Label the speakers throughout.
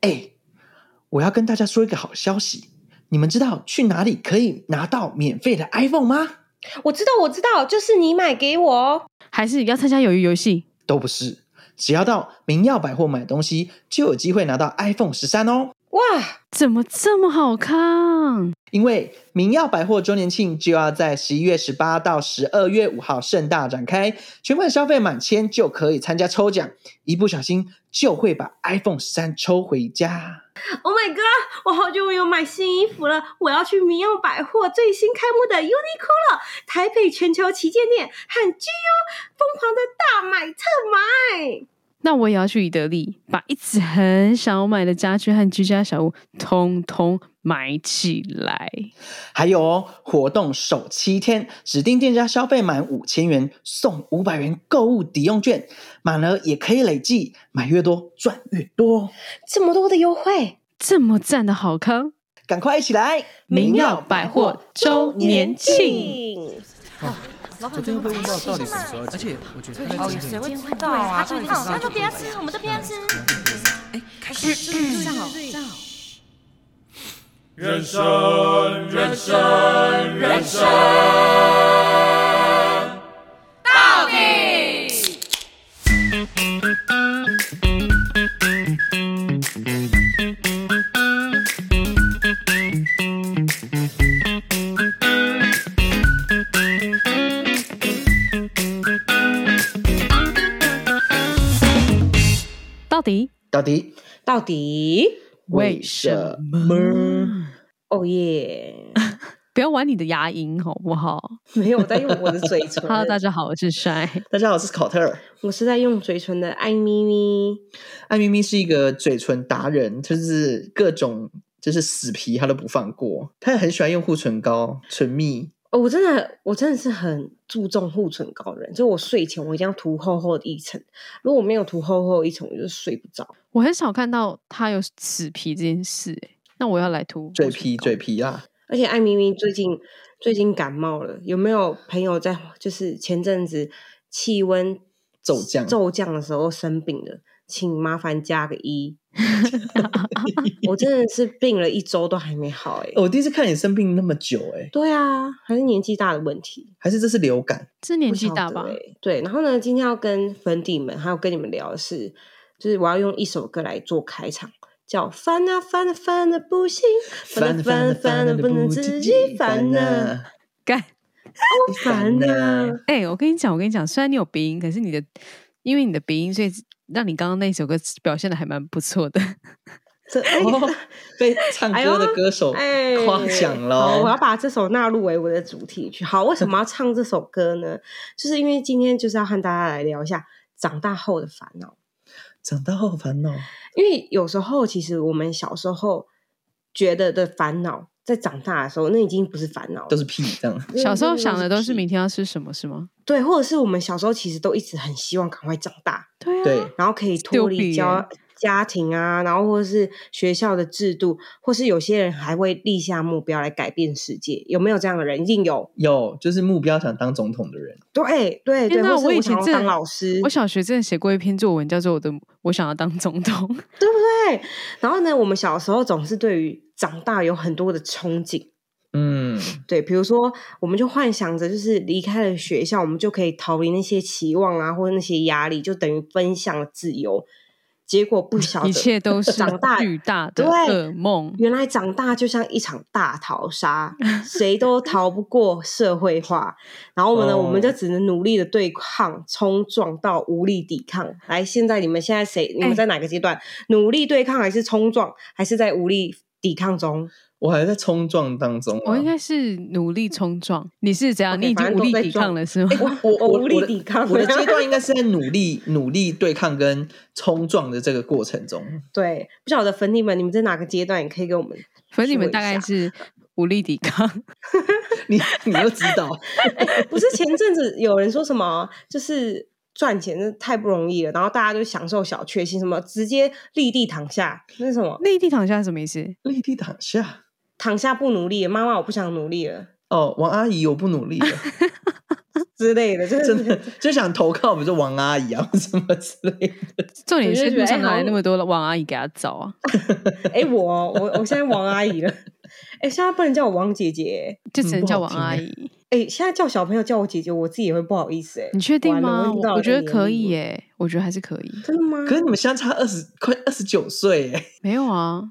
Speaker 1: 哎，我要跟大家说一个好消息，你们知道去哪里可以拿到免费的 iPhone 吗？
Speaker 2: 我知道，我知道，就是你买给我哦。
Speaker 3: 还是要参加鱿鱼游戏？
Speaker 1: 都不是，只要到明耀百货买东西，就有机会拿到 iPhone 十三哦。
Speaker 2: 哇，
Speaker 3: 怎么这么好看？
Speaker 1: 因为明耀百货周年庆就要在十一月十八到十二月五号盛大展开，全馆消费满千就可以参加抽奖，一不小心就会把 iPhone 十三抽回家。
Speaker 2: Oh my god！我好久没有买新衣服了，我要去明耀百货最新开幕的 Uniqlo 台北全球旗舰店和 GU 疯狂的大买特买。
Speaker 3: 那我也要去以德利，把一直很想买的家具和居家小物通通买起来。
Speaker 1: 还有哦，活动首七天，指定店家消费满五千元送五百元购物抵用券，满额也可以累计，买越多赚越多，
Speaker 2: 这么多的优惠，
Speaker 3: 这么赞的好康，
Speaker 1: 赶快一起来！
Speaker 3: 明耀百货周年庆！
Speaker 4: 昨天被问到到底什么时候，而且我觉得他在真的
Speaker 5: 会会到啊？他他说不要吃，我们都不要吃。
Speaker 6: 人生，人生，人生。
Speaker 3: 到底
Speaker 1: 到底
Speaker 2: 到底？
Speaker 3: 为什
Speaker 1: 么？
Speaker 2: 哦耶！
Speaker 3: 不要玩你的牙龈好不好
Speaker 2: 没有，我在用我的嘴唇。
Speaker 3: ？Hello，大家 好，我是帅。
Speaker 1: 大家好，我是考特尔。
Speaker 2: 我是在用嘴唇的爱咪咪。
Speaker 1: 艾咪咪是一个嘴唇达人，就是各种就是死皮她都不放过，她也很喜欢用护唇膏、唇蜜。
Speaker 2: 哦，我真的，我真的是很注重护唇膏的人，就我睡前我一定要涂厚厚的一层，如果我没有涂厚厚的一层，我就睡不着。
Speaker 3: 我很少看到他有死皮这件事、欸，那我要来涂
Speaker 1: 嘴
Speaker 3: 护唇
Speaker 1: 皮
Speaker 3: 膏
Speaker 1: 嘴皮啊啦，
Speaker 2: 而且艾咪咪最近最近感冒了，有没有朋友在就是前阵子气温
Speaker 1: 骤降
Speaker 2: 骤降的时候生病的？请麻烦加个 一。我真的是病了一周都还没好哎、
Speaker 1: 哦我第一次看你生病那么久、欸，
Speaker 2: 对啊，还是年纪大的问题。
Speaker 1: 还是这是流感？
Speaker 3: 这年
Speaker 2: 不
Speaker 3: 纪
Speaker 2: 晓
Speaker 3: 大
Speaker 2: 得
Speaker 3: 吧？
Speaker 2: 欸对，然后呢，今天要跟粉底们还有跟你们聊的是，就是我要用一首歌来做开场，叫《烦啊烦啊烦啊不行，烦啊烦啊烦啊不能自己烦啊，
Speaker 3: 干
Speaker 2: 我烦啊》。
Speaker 3: 哎、我跟你讲，我跟你讲，虽然你有鼻音，可是你的因为你的鼻音，所以让你刚刚那首歌表现的还蛮不错的。
Speaker 1: 这哦，被唱
Speaker 2: 哎哎呦
Speaker 1: 歌的歌手
Speaker 2: 哎，
Speaker 1: 夸奖
Speaker 2: 好
Speaker 1: 喽
Speaker 2: 我要。把这首纳入为我的主题曲。好，为什么要唱这首歌呢？就是因为今天就是要和大家来聊一下长大后的烦恼。
Speaker 1: 长大后烦恼，
Speaker 2: 因为有时候其实我们小时候觉得的烦恼，在长大的时候，那已经不是烦恼了，
Speaker 1: 都是屁这样。
Speaker 2: 因为
Speaker 3: 小时候
Speaker 2: 那个
Speaker 3: 想的都是
Speaker 2: 屁
Speaker 3: 明天要吃什么，是吗？
Speaker 2: 对，或者是我们小时候其实都一直很希望赶快长大，
Speaker 3: 对啊，
Speaker 1: 对，
Speaker 2: 然后可以
Speaker 3: 丢
Speaker 2: 脱离
Speaker 3: 笔
Speaker 2: 家
Speaker 3: 耶
Speaker 2: 家庭啊，然后或者是学校的制度，或是有些人还会立下目标来改变世界，有没有这样的人？一定有。
Speaker 1: 有就是目标想当总统的人，
Speaker 2: 对对对，
Speaker 3: 天哪
Speaker 2: 或是
Speaker 3: 我以
Speaker 2: 想
Speaker 3: 前
Speaker 2: 要
Speaker 3: 真的
Speaker 2: 当老师，
Speaker 3: 我小学真的写过一篇作文，叫做《我的我想要当总统》。
Speaker 2: 对不对？然后呢，我们小时候总是对于长大有很多的憧憬。
Speaker 1: 嗯，
Speaker 2: 对，比如说，我们就幻想着，就是离开了学校，我们就可以逃离那些期望啊，或者那些压力，就等于分享了自由。结果 不晓得，
Speaker 3: 一切都是
Speaker 2: 长大
Speaker 3: 巨大
Speaker 2: 对
Speaker 3: 的噩
Speaker 1: 嗯
Speaker 3: 梦。
Speaker 2: 原来长大就像一场大 逃杀，谁都逃不过社会化。然后我们呢，
Speaker 1: 哦
Speaker 2: 我们就只能努力的对抗、冲撞到无力抵抗。来，现在你们现在
Speaker 1: 哎
Speaker 2: 谁？你们在哪个阶段？努力对抗，还是冲撞，还是在无力抵 抗中？
Speaker 1: 我还在冲撞当中啊。
Speaker 3: 我应该是努力冲撞，你是怎样
Speaker 2: OK，
Speaker 3: 你已
Speaker 2: 反
Speaker 3: 经
Speaker 2: 正
Speaker 3: 无力
Speaker 2: 都在
Speaker 3: 抵
Speaker 2: 撞哎
Speaker 3: 抗了是吗？
Speaker 1: 哎我我
Speaker 2: 我
Speaker 1: 我
Speaker 2: 无力
Speaker 1: 我的
Speaker 2: 抵抗
Speaker 1: 我的阶段应该是在努力努力对抗跟冲撞的这个过程中。
Speaker 2: 对，不晓得粉底们，你们在哪个阶段？也可以给我们
Speaker 3: 所以你们
Speaker 2: 说一
Speaker 3: 大概
Speaker 2: 下
Speaker 3: 是无力抵抗。
Speaker 1: 你你又知道，
Speaker 2: 不是前阵子有人说什么，就是赚钱真的太不容易了，然后大家就享受小确幸，什么直接立地躺下，那是什么
Speaker 3: 内地躺下是什么意思？
Speaker 1: 立地躺下
Speaker 2: 躺下不努力，妈妈我不想努力了。
Speaker 1: 哦，王阿姨，我不努力了。
Speaker 2: 之类的，就是
Speaker 1: 真的 就想投靠，比如说王阿姨啊或什么之类的。
Speaker 3: 重点是
Speaker 2: 我就觉得
Speaker 3: 路上
Speaker 2: 哎
Speaker 3: 哪
Speaker 2: 好
Speaker 3: 来那么多王阿姨给他找啊？
Speaker 2: 哎、我我我现在王阿姨了， 哎、现在不能叫我王姐姐，
Speaker 3: 就只能
Speaker 1: 嗯
Speaker 3: 叫
Speaker 1: 不
Speaker 3: 王
Speaker 1: 好
Speaker 3: 阿
Speaker 1: 听欸
Speaker 3: 姨。
Speaker 2: 哎、现在叫小朋友叫我姐姐，我自己也会不好意思、哎，
Speaker 3: 你确定
Speaker 2: 完了
Speaker 3: 吗？
Speaker 2: 我已经到
Speaker 3: 我
Speaker 2: 了
Speaker 3: 我觉得
Speaker 2: 那个
Speaker 3: 可
Speaker 2: 年
Speaker 3: 以
Speaker 2: 龄了
Speaker 3: 耶，我觉得还是 可以。
Speaker 2: 真的吗？
Speaker 1: 可是你们相差二十快二十九岁耶，
Speaker 3: 没有啊，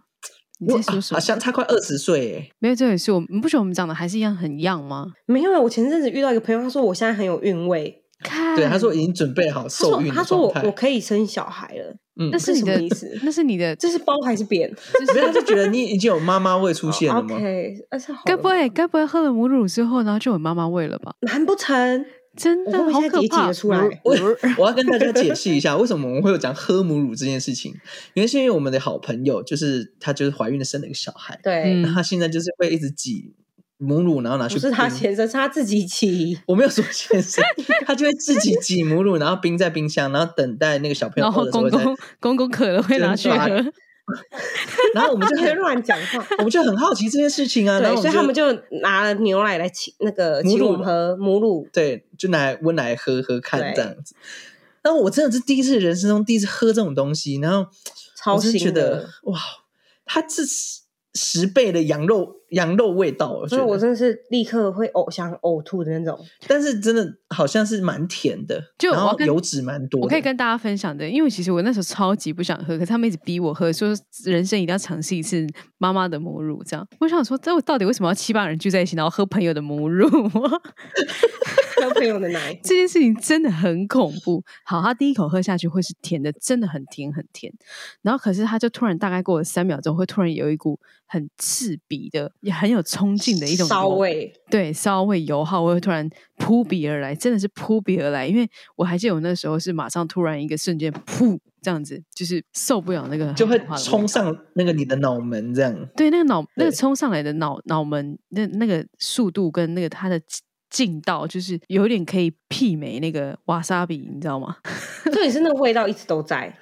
Speaker 3: 你
Speaker 1: 我
Speaker 3: 在说什
Speaker 1: 啊
Speaker 3: 么？
Speaker 1: 相差快二十岁耶，
Speaker 3: 没有，这也是我们，你不觉得我们长得还是一样很样吗？
Speaker 2: 没有啊，我前阵子遇到一个朋友，他说我现在很有韵味，
Speaker 3: 看，
Speaker 1: 对，他说已经准备好
Speaker 2: 哎他
Speaker 1: 受
Speaker 2: 说
Speaker 1: 孕
Speaker 2: 他
Speaker 1: 的
Speaker 2: 说
Speaker 1: 状
Speaker 2: 我
Speaker 1: 态
Speaker 2: 我，可以生小孩了，
Speaker 1: 嗯
Speaker 3: 那，是你
Speaker 2: 这是什
Speaker 3: 的
Speaker 2: 么意思，
Speaker 3: 那是你 的，
Speaker 2: 这是包还是扁？
Speaker 1: 没有他就觉得你已经有妈妈味出现了吗？
Speaker 2: 哦 OK，而且好
Speaker 3: 该不
Speaker 2: 了
Speaker 3: 会该不会喝了母乳之后，然后就有妈妈味了吧？
Speaker 2: 难不成
Speaker 3: 真
Speaker 2: 我
Speaker 3: 的
Speaker 2: 会不会
Speaker 3: 好
Speaker 2: 现在
Speaker 3: 可
Speaker 2: 叠几
Speaker 3: 怕！
Speaker 2: 个出来
Speaker 3: 嗯
Speaker 1: 我我要跟大家解释一下，为什么我们会有讲喝母乳这件事情，原因是因为我们的好朋友就是她就是怀孕了生了一个小孩，
Speaker 2: 对？
Speaker 1: 那她现在就是会一直挤母乳，然后拿去
Speaker 2: 嗯不是他
Speaker 1: 冰
Speaker 2: 先生，是他自己起。
Speaker 1: 我没有说先 生，他就会自己挤母乳，然后冰在冰箱，然后等待那个小朋友
Speaker 3: 然
Speaker 1: 饿
Speaker 3: 后
Speaker 1: 的时候
Speaker 3: 公
Speaker 1: 再。
Speaker 3: 公公公渴了会拿去
Speaker 1: 真
Speaker 2: 啊
Speaker 3: 喝
Speaker 1: 烦，然后我们
Speaker 2: 不
Speaker 1: 就
Speaker 2: 能
Speaker 1: 很，
Speaker 2: 乱讲话。
Speaker 1: 我们就很好奇这件事情啊。然
Speaker 2: 对，
Speaker 1: 后我
Speaker 2: 所以他们
Speaker 1: 就
Speaker 2: 就拿了牛奶来请那个
Speaker 1: 母乳
Speaker 2: 请我们喝母乳，
Speaker 1: 对，就拿来温奶喝喝看
Speaker 2: 对
Speaker 1: 这样子。然后我真的是第一次人生中第一次喝这种东西，然后
Speaker 2: 超
Speaker 1: 我真的觉
Speaker 2: 新
Speaker 1: 得
Speaker 2: 的。
Speaker 1: 哇，它是十十倍的羊肉羊肉味道，我觉
Speaker 2: 所以
Speaker 1: 得。
Speaker 2: 我真的是立刻会呕想呕吐的那种。
Speaker 1: 但是真的好像是蛮甜的，
Speaker 3: 就
Speaker 1: 然
Speaker 3: 我要
Speaker 1: 后
Speaker 3: 跟
Speaker 1: 油脂蛮多的。
Speaker 3: 我可以跟大家分享的，因为其实我那时候超级不想喝，可是他们一直逼我喝，说人生一定要尝试一次妈妈的母乳。这样，我想说，这我到底为什么要七八人聚在一起，然后喝朋友的母乳？，
Speaker 2: 喝朋友的奶
Speaker 3: 这件事情真的很恐怖。好，他第一口喝下去会是甜的，真的很甜很甜。然后可是他就突然大概过了三秒钟，会突然有一股很刺鼻的，也很有冲劲的一种
Speaker 2: 骚
Speaker 3: 油
Speaker 2: 味，
Speaker 3: 对，稍微油耗会突然扑鼻而来，真的是扑鼻而来。因为我还记得我那时候是马上突然一个瞬间，噗，这样子就是受不了那个很
Speaker 1: 就会
Speaker 3: 可怕的味道
Speaker 1: 冲。上那个你的脑门这样。
Speaker 3: 对，那个脑那个
Speaker 1: 对
Speaker 3: 冲上来的脑脑门那那个速度跟那个它的劲道，就是有点可以媲美那个瓦萨比，你知道吗？
Speaker 2: 重点是那个味道一直都在，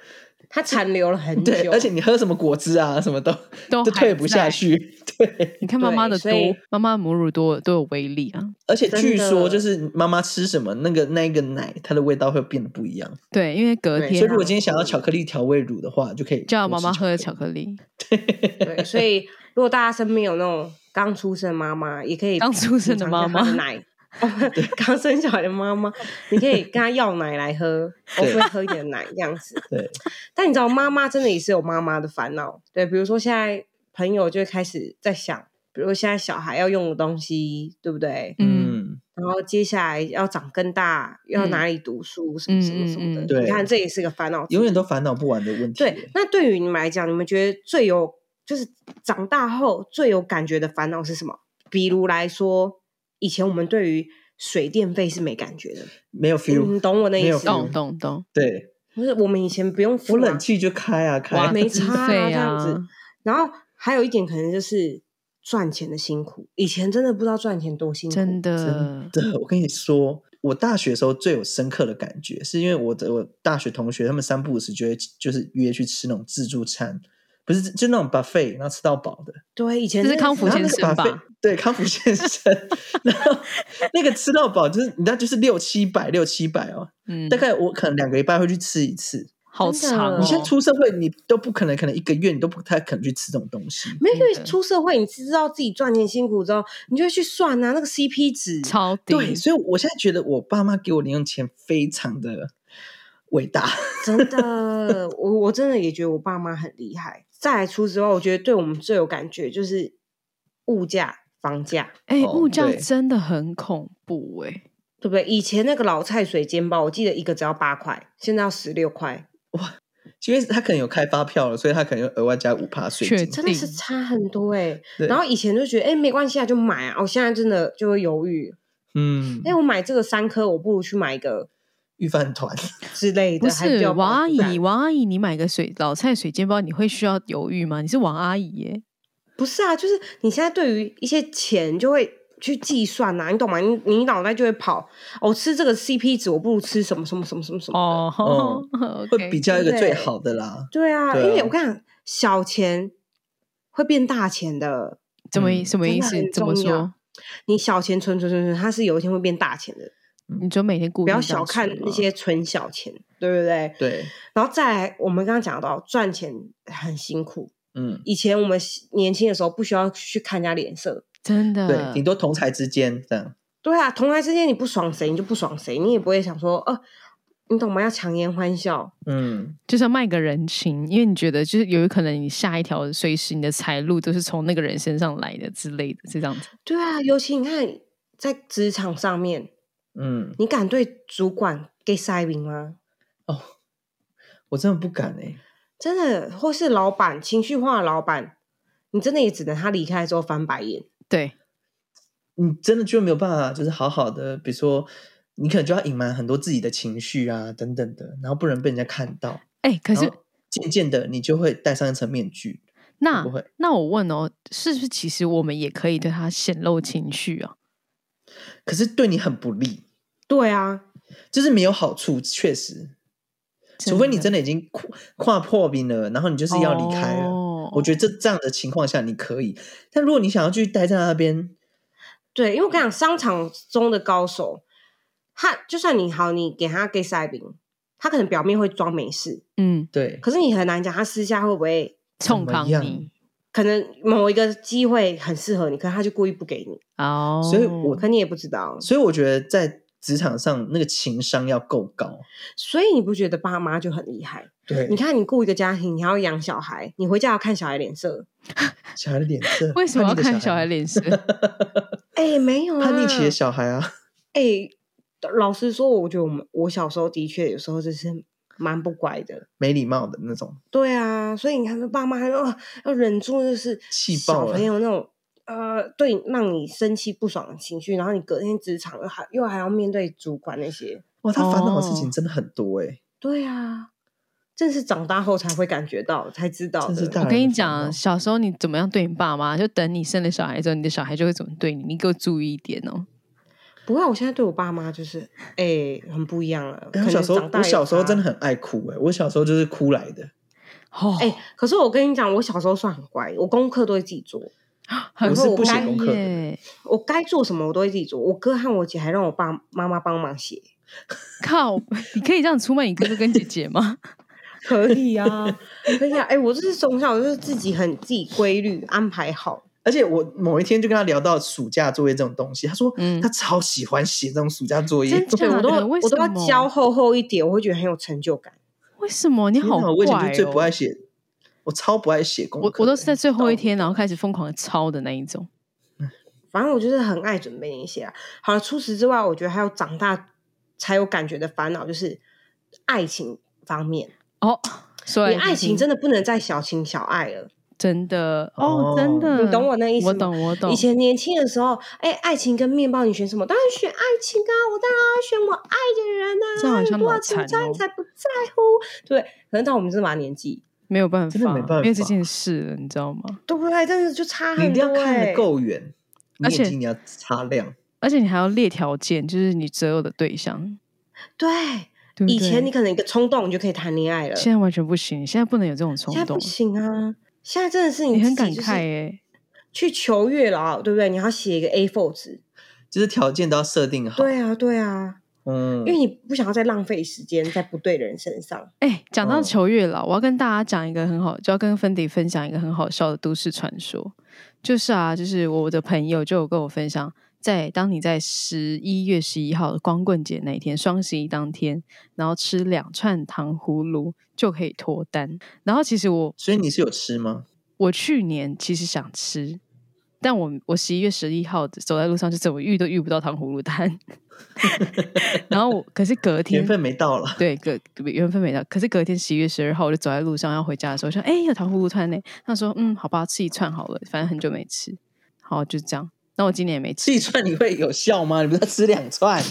Speaker 2: 它残留了很
Speaker 1: 对，
Speaker 2: 久。
Speaker 1: 而且你喝什么果汁啊，什么都
Speaker 3: 都
Speaker 1: 都
Speaker 3: 还
Speaker 1: 退不下
Speaker 3: 在
Speaker 1: 去。对，
Speaker 3: 你看妈妈
Speaker 2: 对
Speaker 3: 的
Speaker 2: 所
Speaker 3: 多
Speaker 2: 以，
Speaker 3: 妈妈的母乳多多有威力啊！
Speaker 1: 而且
Speaker 2: 真
Speaker 1: 据
Speaker 2: 的
Speaker 1: 说就是妈妈吃什么，那个那一个奶，它的味道会变得不一样。
Speaker 3: 对，因为隔
Speaker 2: 对
Speaker 1: 所以
Speaker 3: 天
Speaker 1: 如果今天想要巧克力调味乳的话，就可以
Speaker 3: 叫
Speaker 1: 多
Speaker 3: 妈
Speaker 1: 吃
Speaker 3: 妈喝巧
Speaker 1: 巧克力。
Speaker 3: 克力，嗯
Speaker 2: 对，所以如果大家身边有那种刚出生妈妈，也可以
Speaker 3: 刚出生的妈妈
Speaker 2: 品尝一下她的奶。哦刚生小孩的妈妈，你可以跟她要奶来喝，我
Speaker 1: 对
Speaker 2: 会喝一点奶这样子。
Speaker 1: 对，
Speaker 2: 但你知道，妈妈真的也是有妈妈的烦恼。对，比如说现在朋友就会开始在想，比如现在小孩要用的东西，对不对？
Speaker 3: 嗯，
Speaker 1: 嗯，
Speaker 2: 然后接下来要长更大，要
Speaker 3: 嗯
Speaker 2: 哪里读书，什么什么什么的。
Speaker 3: 嗯嗯嗯
Speaker 1: 对
Speaker 2: 你看这也是个烦恼之一，
Speaker 1: 永远都烦恼不完的问题。
Speaker 2: 对，，那对于你们来讲，你们觉得最有就是长大后最有感觉的烦恼是什么？比如来说，以前我们对于水电费是没感觉的，嗯
Speaker 1: 没有
Speaker 2: 你
Speaker 1: feel。
Speaker 2: 懂我那
Speaker 1: 没
Speaker 2: 意
Speaker 1: 有
Speaker 2: 思吗？
Speaker 3: 懂懂懂，
Speaker 1: 对，
Speaker 2: 就是我们以前不用付
Speaker 1: 我
Speaker 2: 啊
Speaker 1: 冷气就开啊开
Speaker 3: 哇，
Speaker 1: 啊，
Speaker 2: 没
Speaker 3: 资
Speaker 2: 差啊
Speaker 3: 费
Speaker 2: 这样子
Speaker 3: 啊
Speaker 2: 然后还有一点可能就是赚钱的辛苦，以前真的不知道赚钱多辛苦，
Speaker 1: 真
Speaker 3: 真的，
Speaker 1: 的，我跟你说，我大学的时候最有深刻的感觉，是因为我的我大学同学他们三不五时就会就是约去吃那种自助餐，不是就那种 buffet，然后吃到饱的。
Speaker 2: 对，以前
Speaker 3: 这
Speaker 2: 真
Speaker 3: 是
Speaker 2: 的
Speaker 3: 康复
Speaker 1: 然后
Speaker 3: 先
Speaker 1: 那
Speaker 3: 生
Speaker 1: 个 buffet
Speaker 3: 吧
Speaker 1: 对，康复先生， 然后那个吃到饱就是，你知道就是六七百，六七百哦，
Speaker 3: 嗯
Speaker 1: 大，概我可能两个礼拜会去吃一次。
Speaker 3: 好
Speaker 2: 真的
Speaker 3: 长哦。
Speaker 1: 你现在出社会，你都不可能，可能一个月你都不太可能去吃这种东西。
Speaker 2: 没有因为
Speaker 3: 真的
Speaker 2: 出社会，你知道自己赚钱辛苦之后，你就会去算啊，那个 CP 值
Speaker 3: 超低，
Speaker 1: 对，所以我现在觉得我爸妈给我零用钱非常的伟大。
Speaker 2: 真的， 我我真的也觉得我爸妈很厉害。再来除此之外，我觉得对我们最有感觉就是物价、房价，
Speaker 3: 哎、
Speaker 1: 哦
Speaker 3: 物价
Speaker 1: 对
Speaker 3: 真的很恐怖哎、
Speaker 2: 对不对？以前那个老菜水煎包，我记得一个只要八块，现在要十六块，
Speaker 1: 因为他可能有开发票了，所以他可能又额外加五趴税
Speaker 3: 确
Speaker 1: 金。
Speaker 3: 定
Speaker 2: 真的是差很多哎、
Speaker 1: 对
Speaker 2: 然后以前就觉得哎、没关系啊，就买啊。我现在真的就会犹豫，
Speaker 1: 嗯，
Speaker 2: 哎、我买这个三颗，我不如去买一个
Speaker 1: 预饭团，
Speaker 2: 之类的，
Speaker 3: 不
Speaker 2: 还比
Speaker 3: 是
Speaker 2: 较
Speaker 3: 王阿
Speaker 2: 保护感
Speaker 3: 姨，王阿姨，你买个水老菜水煎包，你会需要犹豫吗？你是王阿姨耶、
Speaker 2: 不是啊，就是你现在对于一些钱就会去计算呐、你懂吗？你你脑袋就会跑，哦，吃这个 CP 值，我不如吃什么什么什么什么什么的。
Speaker 3: 哦，
Speaker 2: 嗯
Speaker 1: 会比较一个
Speaker 2: 对
Speaker 1: 最好的啦。
Speaker 2: 对啊，
Speaker 1: 对啊
Speaker 2: 因为我跟你讲，小钱会变大钱的，
Speaker 3: 怎么、
Speaker 1: 嗯
Speaker 3: 什么
Speaker 2: 真
Speaker 3: 意
Speaker 2: 的
Speaker 3: 思
Speaker 2: 很？
Speaker 3: 怎么
Speaker 2: 重要
Speaker 3: 说？？
Speaker 2: 你小钱存存存存，它是有一天会变大钱的。
Speaker 3: 你就每天固定
Speaker 2: 不要
Speaker 3: 这样
Speaker 2: 小看
Speaker 3: 吃
Speaker 2: 那
Speaker 3: 吗
Speaker 2: 些存小钱，对不对？
Speaker 1: 对，
Speaker 2: 然后再来，我们刚刚讲到赚钱很辛苦，
Speaker 1: 嗯，
Speaker 2: 以前我们年轻的时候不需要去看人家脸色，嗯
Speaker 3: 真的
Speaker 1: 对，顶多同才之间这样，
Speaker 2: 对啊，同台之间你不爽谁，你就不爽谁，你也不会想说，呃，你懂吗？要强颜欢笑，
Speaker 1: 嗯，
Speaker 3: 就是要卖个人情，因为你觉得就是有可能你下一条随时你的财路都是从那个人身上来的之类的，是这样子。
Speaker 2: 对啊，尤其你看在职场上面，
Speaker 1: 嗯，
Speaker 2: 你敢对主管给塞饼吗？
Speaker 1: 哦我真的不敢哎、
Speaker 2: 真的，或是老板情绪化的老板，你真的也只能他离开之后翻白眼。
Speaker 3: 对，
Speaker 1: 你真的就没有办法，就是好好的，比如说你可能就要隐瞒很多自己的情绪啊等等的，然后不能被人家看到，
Speaker 3: 哎、可
Speaker 1: 然
Speaker 3: 是
Speaker 1: 后渐渐的你就会戴上一层面具，
Speaker 3: 那
Speaker 1: 不会
Speaker 3: 那我问哦，是不是其实我们也可以对他显露情绪啊？
Speaker 1: 可是对你很不利，
Speaker 2: 对啊，
Speaker 1: 就是没有好处，确实，除非你真的已经跨跨破冰了，然后你就是要离开了。
Speaker 3: 哦
Speaker 1: 我觉得这这样的情况下你可以，但如果你想要继续待在那边，
Speaker 2: 对，因为我跟你讲，商场中的高手，他就算你好，你给他给塞饼，他可能表面会装没事，
Speaker 3: 嗯，
Speaker 1: 对，
Speaker 2: 可是你很难讲他私下会不会，
Speaker 3: 冲
Speaker 1: 么
Speaker 3: 康
Speaker 1: 样
Speaker 3: 你
Speaker 2: 可能某一个机会很适合你，可是他就故意不给你，
Speaker 3: 哦，
Speaker 1: 所以我
Speaker 2: 可你也不知道。
Speaker 1: 所以我觉得在职场上那个情商要够高。
Speaker 2: 所以你不觉得爸妈就很厉害？
Speaker 1: 对
Speaker 2: 你，看，你雇一个家庭，你还要养小孩，你回家要看小孩脸色。
Speaker 1: 小孩的脸 色，
Speaker 3: 为什么要
Speaker 1: 叛逆的
Speaker 3: 看小孩
Speaker 1: 吗？
Speaker 3: 脸色？
Speaker 2: 哎、没有、啊，
Speaker 1: 叛逆期的小孩啊，
Speaker 2: 哎、老实说，我觉得我们我小时候的确有时候就是蛮不乖的。
Speaker 1: 没礼貌的那种，
Speaker 2: 对啊，所以你看，爸妈还要、啊要忍住，就是
Speaker 1: 气
Speaker 2: 小
Speaker 1: 爆了
Speaker 2: 朋友那种呃，对，让你生气不爽的情绪，然后你隔天职场又还又还要面对主管那些。
Speaker 1: 哇，他烦恼的事
Speaker 3: 哦
Speaker 1: 情真的很多哎、
Speaker 2: 对啊，正是长大后才会感觉到，才知道的。
Speaker 1: 真是大
Speaker 3: 我
Speaker 1: 人
Speaker 3: 跟
Speaker 1: 的
Speaker 3: 你
Speaker 1: 烦恼
Speaker 3: 讲，啊小时候你怎么样对你爸妈，就等你生了小孩之后，你的小孩就会怎么对你，你给我注意一点哦。
Speaker 2: 不会啊，我现在对我爸妈就是，哎、很不一样了。
Speaker 1: 欸我
Speaker 2: 可能
Speaker 1: 小时候
Speaker 2: 长，大
Speaker 1: 我
Speaker 2: 有
Speaker 1: 小时候
Speaker 2: 差
Speaker 1: 真的，很爱哭哎、我小时候就是哭来的，
Speaker 3: 哦，
Speaker 2: 哎、可是我跟你讲，我小时候算很乖，我功课都会自己做，
Speaker 3: 很
Speaker 1: 我是
Speaker 3: 后
Speaker 1: 不写
Speaker 3: 悔
Speaker 1: 功课的
Speaker 3: 耶
Speaker 2: 我该做什么我都会自己做。我哥和我姐还让我爸妈妈帮忙写，
Speaker 3: 靠， 你可以这样出卖你哥哥跟姐姐吗？
Speaker 2: 可以啊，可以啊。哎、我就是从小就是自己很自己规律安排好。
Speaker 1: 而且我某一天就跟他聊到暑假作业这种东西，他说
Speaker 3: 嗯
Speaker 1: 他超喜欢写这种暑假作业
Speaker 3: 真，假
Speaker 2: 对，我都
Speaker 1: 啊
Speaker 3: 的
Speaker 2: 要
Speaker 3: 为
Speaker 2: 我都
Speaker 3: 什
Speaker 2: 要
Speaker 3: 么
Speaker 2: 教厚厚一点，我会觉得很有成就感。
Speaker 3: 为什么？你
Speaker 1: 天
Speaker 3: 好
Speaker 1: 哪我以前
Speaker 3: 怪
Speaker 1: 就最不爱
Speaker 3: 哦！
Speaker 1: 写，我超不爱写功课
Speaker 3: 我
Speaker 1: 的，
Speaker 3: 我都是在最后一天，然后开始疯狂的抄的那一种。
Speaker 2: 反正我就是很爱准备那些啊。好了，除此之外，我觉得还有长大才有感觉的烦恼，就是爱情方面。
Speaker 3: 哦，所以
Speaker 2: 你爱
Speaker 3: 嗯
Speaker 2: 情真的不能再小情小爱了，
Speaker 3: 真的哦，真的，
Speaker 2: 你懂我那意思吗
Speaker 3: 我懂，我懂。
Speaker 2: 以前年轻的时候，哎、爱情跟面包，你选什么？当然选爱情啊！我当然要选我爱的人啊！
Speaker 3: 这好像
Speaker 2: 多少
Speaker 3: 脑残
Speaker 2: 情
Speaker 3: 哦
Speaker 2: 债才不在乎，对。可能到我们这把年纪，
Speaker 3: 没有办法，
Speaker 1: 真的没办法
Speaker 3: 这件事了，你知道吗？
Speaker 2: 对不对？真的就差
Speaker 1: 你一
Speaker 2: 很
Speaker 1: 定
Speaker 2: 多、
Speaker 1: 要
Speaker 2: 欸。
Speaker 1: 看得够远，你
Speaker 3: 而且
Speaker 1: 眼睛你要擦亮，
Speaker 3: 而且你还要列条件，就是你择偶的对象，
Speaker 2: 对，
Speaker 3: 对嗯不对
Speaker 2: 以前你可能一个冲动，你就可以谈恋爱了，
Speaker 3: 现在完全不行，现在不能有这种冲
Speaker 2: 现在
Speaker 3: 动
Speaker 2: 不。行啊！现在真的是
Speaker 3: 你很
Speaker 2: 自
Speaker 3: 感
Speaker 2: 己就是
Speaker 3: 慨哎、
Speaker 2: 去求月老，对不对？你要写一个 A4 纸。
Speaker 1: 就是条件都要设定好。
Speaker 2: 对啊，对啊，
Speaker 1: 嗯
Speaker 2: 因为你不想要再浪费时间在不对的人身上。
Speaker 3: 哎、讲到
Speaker 1: 嗯
Speaker 3: 求月老，我要跟大家讲一个很好，就要跟芬迪分享一个很好笑的都市传说。就是啊，就是我的朋友就有跟我分享，在当你在十一月十一号的光棍节那一天，双十一当天，然后吃两串糖葫芦就可以脱单。然后其实我
Speaker 1: 所以你是有吃吗？
Speaker 3: 我去年其实想吃，但我我十一月十一号走在路上就怎么遇都遇不到糖葫芦摊， 然后我可是隔天
Speaker 1: 缘分没到了，
Speaker 3: 对，隔缘分没到。可是隔天十一月十二号，我就走在路上要回家的时候，我想，哎、有糖葫芦串呢。他说，嗯，好吧，吃一串好了，反正很久没吃，好，就这样。那我今年也没吃，
Speaker 1: 吃一串你会有效吗？你不是要吃两串？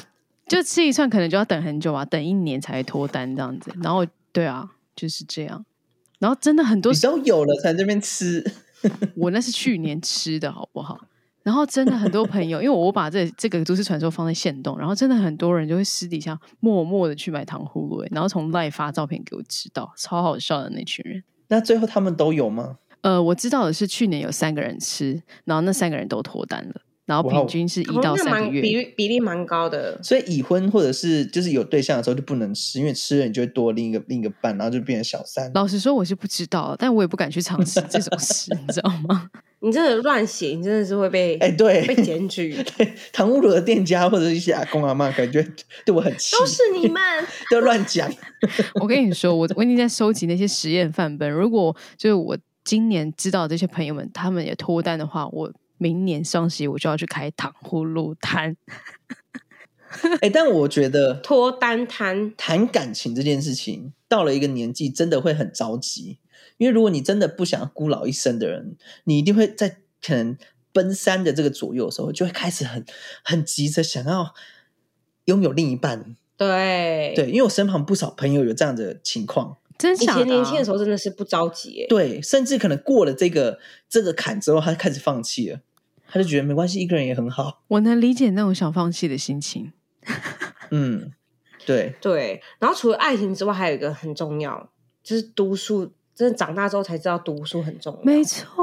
Speaker 3: 就吃一串，可能就要等很久啊，等一年才会脱单这样子。然后，对啊，就是这样。然后真的很多
Speaker 1: 你都有了才这边吃，
Speaker 3: 我那是去年吃的好不好？然后真的很多朋友，因为我把这这个都市传说放在线动，然后真的很多人就会私底下默默的去买糖葫芦、欸，然后从赖发照片给我知道，超好笑的那群人。
Speaker 1: 那最后他们都有吗？
Speaker 3: 呃，我知道的是去年有三个人吃，然后那三个人都脱单了。然后
Speaker 1: 哇哦
Speaker 3: 平均是一
Speaker 2: 哦
Speaker 3: 到
Speaker 2: 那
Speaker 3: 三个
Speaker 2: 蛮比
Speaker 3: 月。
Speaker 2: 例比例蛮高的，
Speaker 1: 所以已婚或者是就是有对象的时候就不能吃，因为吃了你就会多另一个另一个伴，然后就变成小三。
Speaker 3: 老实说，我是不知道，但我也不敢去尝试这种事，你知道吗？
Speaker 2: 你真的乱写，你真的是会被
Speaker 1: 哎、对，
Speaker 2: 被检 举，
Speaker 1: 对，糖葫芦的店家或者是一些阿公阿妈，感觉对我很气，
Speaker 2: 都是你 们。
Speaker 1: 都乱讲。
Speaker 3: 我跟你说，我我已经在收集那些实验范本。如果就是我今年知道这些朋友们他们也脱单的话，我明年双十一我就要去开糖葫芦摊。
Speaker 1: 哎、但我觉得
Speaker 2: 脱单摊，
Speaker 1: 谈感情这件事情，到了一个年纪，真的会很着急。因为如果你真的不想要孤老一生的人，你一定会在可能奔三的这个左右的时候，就会开始很很急着想要拥有另一半。
Speaker 2: 对
Speaker 1: 对，，因为我身旁不少朋友有这样的情况。
Speaker 3: 真
Speaker 2: 以
Speaker 3: 假的、啊
Speaker 2: 前年轻的时候真的是不着急、哎，
Speaker 1: 对，甚至可能过了这个这个坎之后，他开始放弃了，他就觉得没关系，一个人也很好。
Speaker 3: 我能理解那种想放弃的心情。
Speaker 1: 嗯，对，
Speaker 2: 对，然后除了爱情之外，还有一个很重要，就是读书。真的长大之后才知道读书很重要。
Speaker 3: 没错，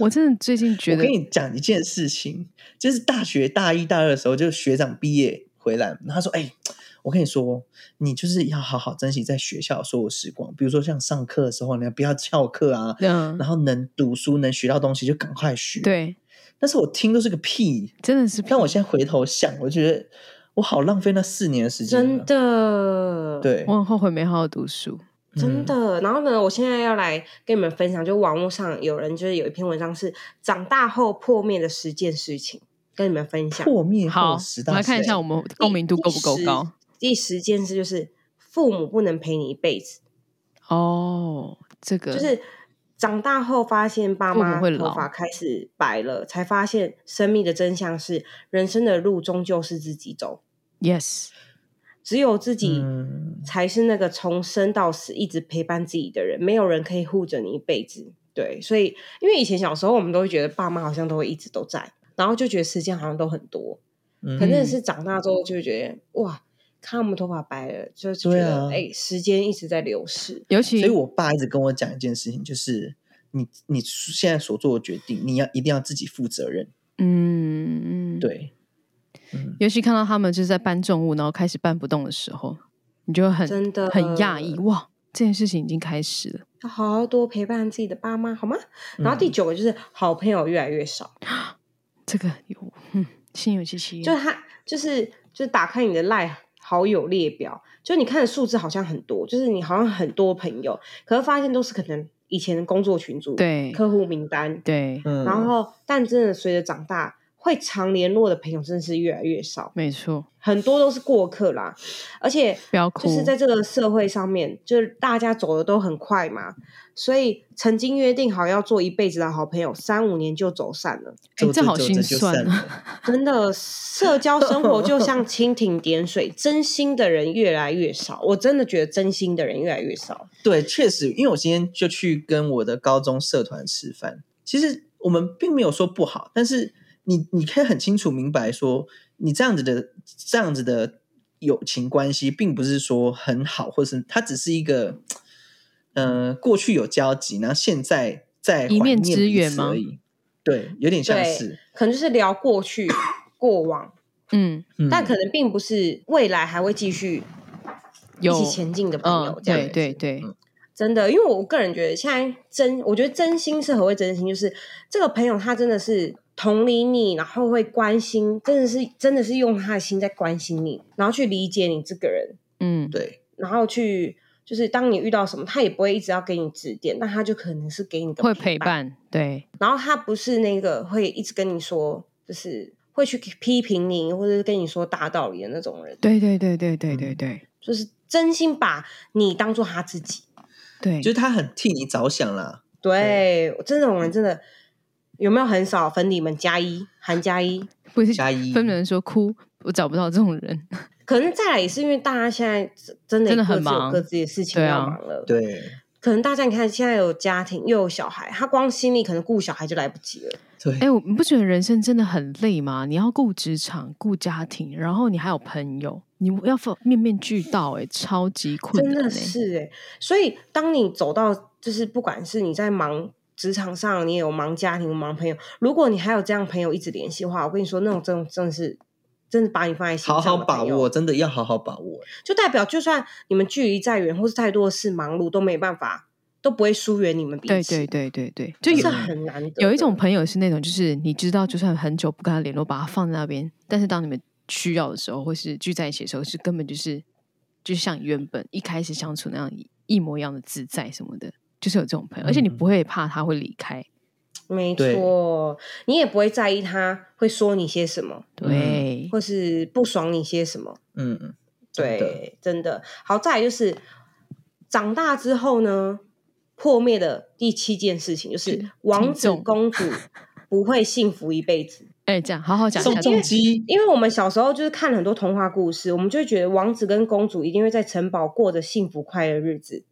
Speaker 3: 我真的最近觉
Speaker 1: 我
Speaker 3: 得
Speaker 1: 跟你讲一件事情，就是大学大一大二的时候，就是学长毕业回来，然后他说：“哎、我跟你说，你就是要好好珍惜在学校的所有时光，比如说像上课的时候，你不要翘课啊，
Speaker 3: 嗯，
Speaker 1: 然后能读书能学到东西就赶快学。”，
Speaker 3: 对，
Speaker 1: 但是我听都是个屁。
Speaker 3: 真的是
Speaker 1: 但我现在回头想，我觉得我好浪费那四年的时间啊，
Speaker 2: 真的，，
Speaker 1: 对，
Speaker 3: 我很后悔没好好读书。
Speaker 2: 真
Speaker 1: 嗯
Speaker 2: 的。然后呢，我现在要来跟你们分享，就网络上有人就是有一篇文章是长大后破灭的十件事情，跟你们分享。
Speaker 1: 破灭
Speaker 3: 好，
Speaker 1: 后十
Speaker 3: 我
Speaker 1: 大
Speaker 3: 们来看一
Speaker 1: 之类
Speaker 3: 下我们共鸣度够不够高
Speaker 2: 第十第十件事就是父母不能陪你一辈子，
Speaker 3: 哦。这个
Speaker 2: 就是长大后发现爸
Speaker 3: 父
Speaker 2: 妈
Speaker 3: 母会老
Speaker 2: 头发开始白了，才发现生命的真相是人生的路终究是自己走，
Speaker 3: yes，
Speaker 2: 只有自己
Speaker 1: 嗯
Speaker 2: 才是那个从生到死一直陪伴自己的人，没有人可以护着你一辈子。对，所以因为以前小时候我们都会觉得爸妈好像都会一直都在，然后就觉得时间好像都很多，
Speaker 1: 嗯
Speaker 2: 可能是长大之后就会觉得、哇，看他们头发白了，就就觉
Speaker 1: 对
Speaker 2: 得
Speaker 1: 啊
Speaker 2: 哎、时间一直在流逝。
Speaker 3: 尤其
Speaker 1: 所以我爸一直跟我讲一件事情，就是你你现在所做的决定，你要一定要自己负责任。
Speaker 3: 嗯，嗯，
Speaker 1: 对，嗯，
Speaker 3: 尤其看到他们就是在搬重物，然后开始搬不动的时候，你就会很
Speaker 2: 真的
Speaker 3: 很讶异，哇，这件事情已经开始了。
Speaker 2: 要好好多陪伴自己的爸妈，好吗？然
Speaker 1: 嗯
Speaker 2: 后第九个就是好朋友越来越少，
Speaker 3: 这个有，嗯，心有戚戚
Speaker 2: 就
Speaker 3: 焉。
Speaker 2: 是他就是就是打开你的赖好友列表，就你看的数字好像很多，就是你好像很多朋友，可是发现都是可能以前的工作群组、
Speaker 3: 对
Speaker 2: 客户名单，
Speaker 3: 对，
Speaker 1: 嗯
Speaker 2: 然后但真的随着长大，会常联络的朋友真的是越来越少，
Speaker 3: 没错，
Speaker 2: 很多都是过客啦，而且
Speaker 3: 不要哭
Speaker 2: 就是在这个社会上面，就是大家走的都很快嘛，所以曾经约定好要做一辈子的好朋友，三五年就走散了。
Speaker 3: 哎，
Speaker 1: 走
Speaker 3: 这
Speaker 1: 着
Speaker 3: 好
Speaker 1: 走
Speaker 3: 心
Speaker 1: 着就
Speaker 3: 酸
Speaker 1: 散
Speaker 3: 啊。
Speaker 1: 了
Speaker 2: 真的，社交生活就像蜻蜓点水，真心的人越来越少。我真的觉得真心的人越来越少。
Speaker 1: 对，确实，因为我今天就去跟我的高中社团吃饭，其实我们并没有说不好，但是你你可以很清楚明白说，你这样子的这样子的友情关系，并不是说很好，或是它只是一个，呃，过去有交集，然后现在在
Speaker 3: 一
Speaker 1: 怀
Speaker 3: 面之
Speaker 1: 彼
Speaker 3: 缘
Speaker 1: 此
Speaker 3: 吗
Speaker 1: 而已。对，有点像
Speaker 2: 对
Speaker 1: 是，，
Speaker 2: 可能就是聊过去、过往，
Speaker 3: 嗯，
Speaker 1: 嗯
Speaker 2: 但可能并不是未来还会继续一
Speaker 3: 有
Speaker 2: 起，前进的朋
Speaker 3: 嗯
Speaker 2: 友。，这样
Speaker 3: 对
Speaker 2: 子
Speaker 3: 对对，
Speaker 2: 真的，因为我个人觉得现在真，我觉得真心是何谓真心，就是这个朋友他真的是同理你，然后会关心，真的是真的是用他的心在关心你，然后去理解你这个人，
Speaker 3: 嗯，
Speaker 1: 对，
Speaker 2: 然后去就是当你遇到什么，他也不会一直要给你指点，但他就可能是给你的
Speaker 3: 会陪
Speaker 2: 陪，
Speaker 3: 伴，对，
Speaker 2: 然后他不是那个会一直跟你说，就是会去批评你，或者是跟你说大道理的那种人，
Speaker 3: 对对对对对对
Speaker 1: 嗯
Speaker 3: 对
Speaker 2: 就是真心把你当做他自己。
Speaker 3: 对，
Speaker 1: 就是他很替你着想啦。
Speaker 2: 对，这种人真的有没有很少？粉底们加一，韩加一，
Speaker 3: 不是
Speaker 1: 加一
Speaker 3: 分别人说哭，我找不到这种人，
Speaker 2: 可能再来也是因为大家现在真真的
Speaker 3: 真的很
Speaker 2: 各自有
Speaker 3: 忙
Speaker 2: 各自的事情
Speaker 3: 对
Speaker 2: 要
Speaker 3: 啊
Speaker 2: 忙了。
Speaker 1: 对
Speaker 2: 可能大家你看现在有家庭又有小孩，他光心里可能顾小孩就来不及了。
Speaker 1: 对，
Speaker 3: 哎、我你不觉得人生真的很累吗？你要顾职场、顾家庭，然后你还有朋友，你要放面面俱到、哎，超级困
Speaker 2: 真欸
Speaker 3: 难、哎，
Speaker 2: 的是哎、所以当你走到就是不管是你在忙。职场上你也有忙家庭、忙朋友，如果你还有这样朋友一直联系的话，我跟你说，那种真真的是真的把你放在心
Speaker 1: 好
Speaker 2: 上
Speaker 1: 好
Speaker 2: 的
Speaker 1: 把
Speaker 2: 朋友
Speaker 1: 握，真的要好好把握。
Speaker 2: 就代表就算你们距离再远，或是太多的事忙碌，都没办法，都不会疏远你们彼
Speaker 3: 对
Speaker 2: 此。
Speaker 3: 对对对对，就
Speaker 2: 这是
Speaker 3: 有
Speaker 2: 很难得。
Speaker 3: 有一种朋友是那种，就是你知道，就算很久不跟他联络，把他放在那边，但是当你们需要的时候，或是聚在一起的时候，是根本就是就像原本一开始相处那样一一模一样的自在什么的，就是有这种朋友，而且你
Speaker 1: 嗯
Speaker 3: 不会怕他会离开，
Speaker 2: 没
Speaker 1: 对
Speaker 2: 错，你也不会在意他会说你些什么，
Speaker 3: 对，
Speaker 2: 或是不爽你些什么。
Speaker 1: 嗯，真的
Speaker 2: 对，真的。好，再来就是长大之后呢，破灭的第七件事情就是
Speaker 3: 是
Speaker 2: 王子
Speaker 3: 体重
Speaker 2: 公 主不会幸福一辈子。
Speaker 3: 哎、这样好好讲一
Speaker 1: 宋
Speaker 3: 下这
Speaker 1: 仲
Speaker 3: 个，
Speaker 1: 基
Speaker 2: 因为我们小时候就是看很多童话故事，我们就会觉得王子跟公主一定会在城堡过着幸福快乐日子。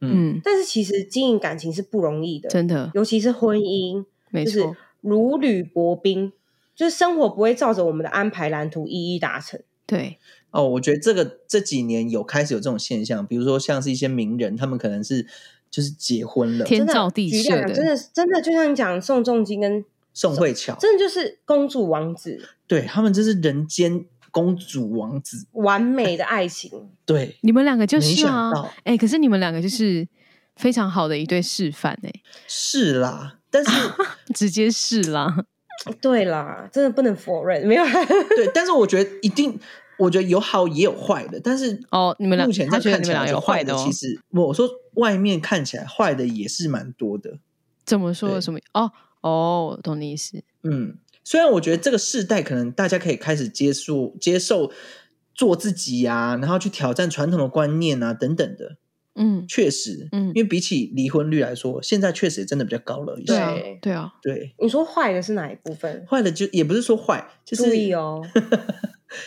Speaker 3: 嗯，
Speaker 2: 但是其实经营感情是不容易的，
Speaker 3: 真的
Speaker 2: 尤其是婚姻，
Speaker 3: 没
Speaker 2: 就是
Speaker 3: 错，
Speaker 2: 如履薄冰，就是生活不会照着我们的安排蓝图一一达成。
Speaker 3: 对，
Speaker 1: 哦，我觉得这个这几年有开始有这种现象，比如说像是一些名人，他们可能是就是结婚了，
Speaker 3: 天
Speaker 2: 真的
Speaker 3: 造地
Speaker 2: 举例
Speaker 3: 设
Speaker 2: 来讲真的是真的就像你讲宋仲基跟
Speaker 1: 宋慧乔，
Speaker 2: 真的就是公主王子，
Speaker 1: 对他们真是人间公主王子，
Speaker 2: 完美的爱 情。
Speaker 1: 对，
Speaker 3: 你们两个就
Speaker 1: 没
Speaker 3: 是啊
Speaker 1: 想，到
Speaker 3: 哎、可是你们两个就是非常好的一对示范、哎，
Speaker 1: 是啦，但是
Speaker 3: 直接是啦，
Speaker 2: 对啦，真的不能否认，没有啦。
Speaker 1: 对，但是我觉得一定，我觉得有好也有坏的，但是
Speaker 3: 哦你们俩
Speaker 1: 目前
Speaker 3: 他
Speaker 1: 在
Speaker 3: 觉得
Speaker 1: 看
Speaker 3: 你
Speaker 1: 起
Speaker 3: 们
Speaker 1: 来
Speaker 3: 俩有
Speaker 1: 坏
Speaker 3: 坏的哦
Speaker 1: 其实我说外面看起来坏的也是蛮多的，
Speaker 3: 怎么说
Speaker 1: 对
Speaker 3: 什么？哦哦，懂你意思。
Speaker 1: 嗯，虽然我觉得这个世代可能大家可以开始接触、接受做自己啊，然后去挑战传统的观念啊等等的，
Speaker 3: 嗯，
Speaker 1: 确实，
Speaker 3: 嗯
Speaker 1: 因为比起离婚率来说，现在确实也真的比较高了一
Speaker 3: 对
Speaker 1: 些。
Speaker 3: 啊
Speaker 2: 对，
Speaker 3: 对啊，
Speaker 1: 对，
Speaker 2: 你说坏的是哪一部分？
Speaker 1: 坏了就也不是说坏，就是
Speaker 2: 注意哦，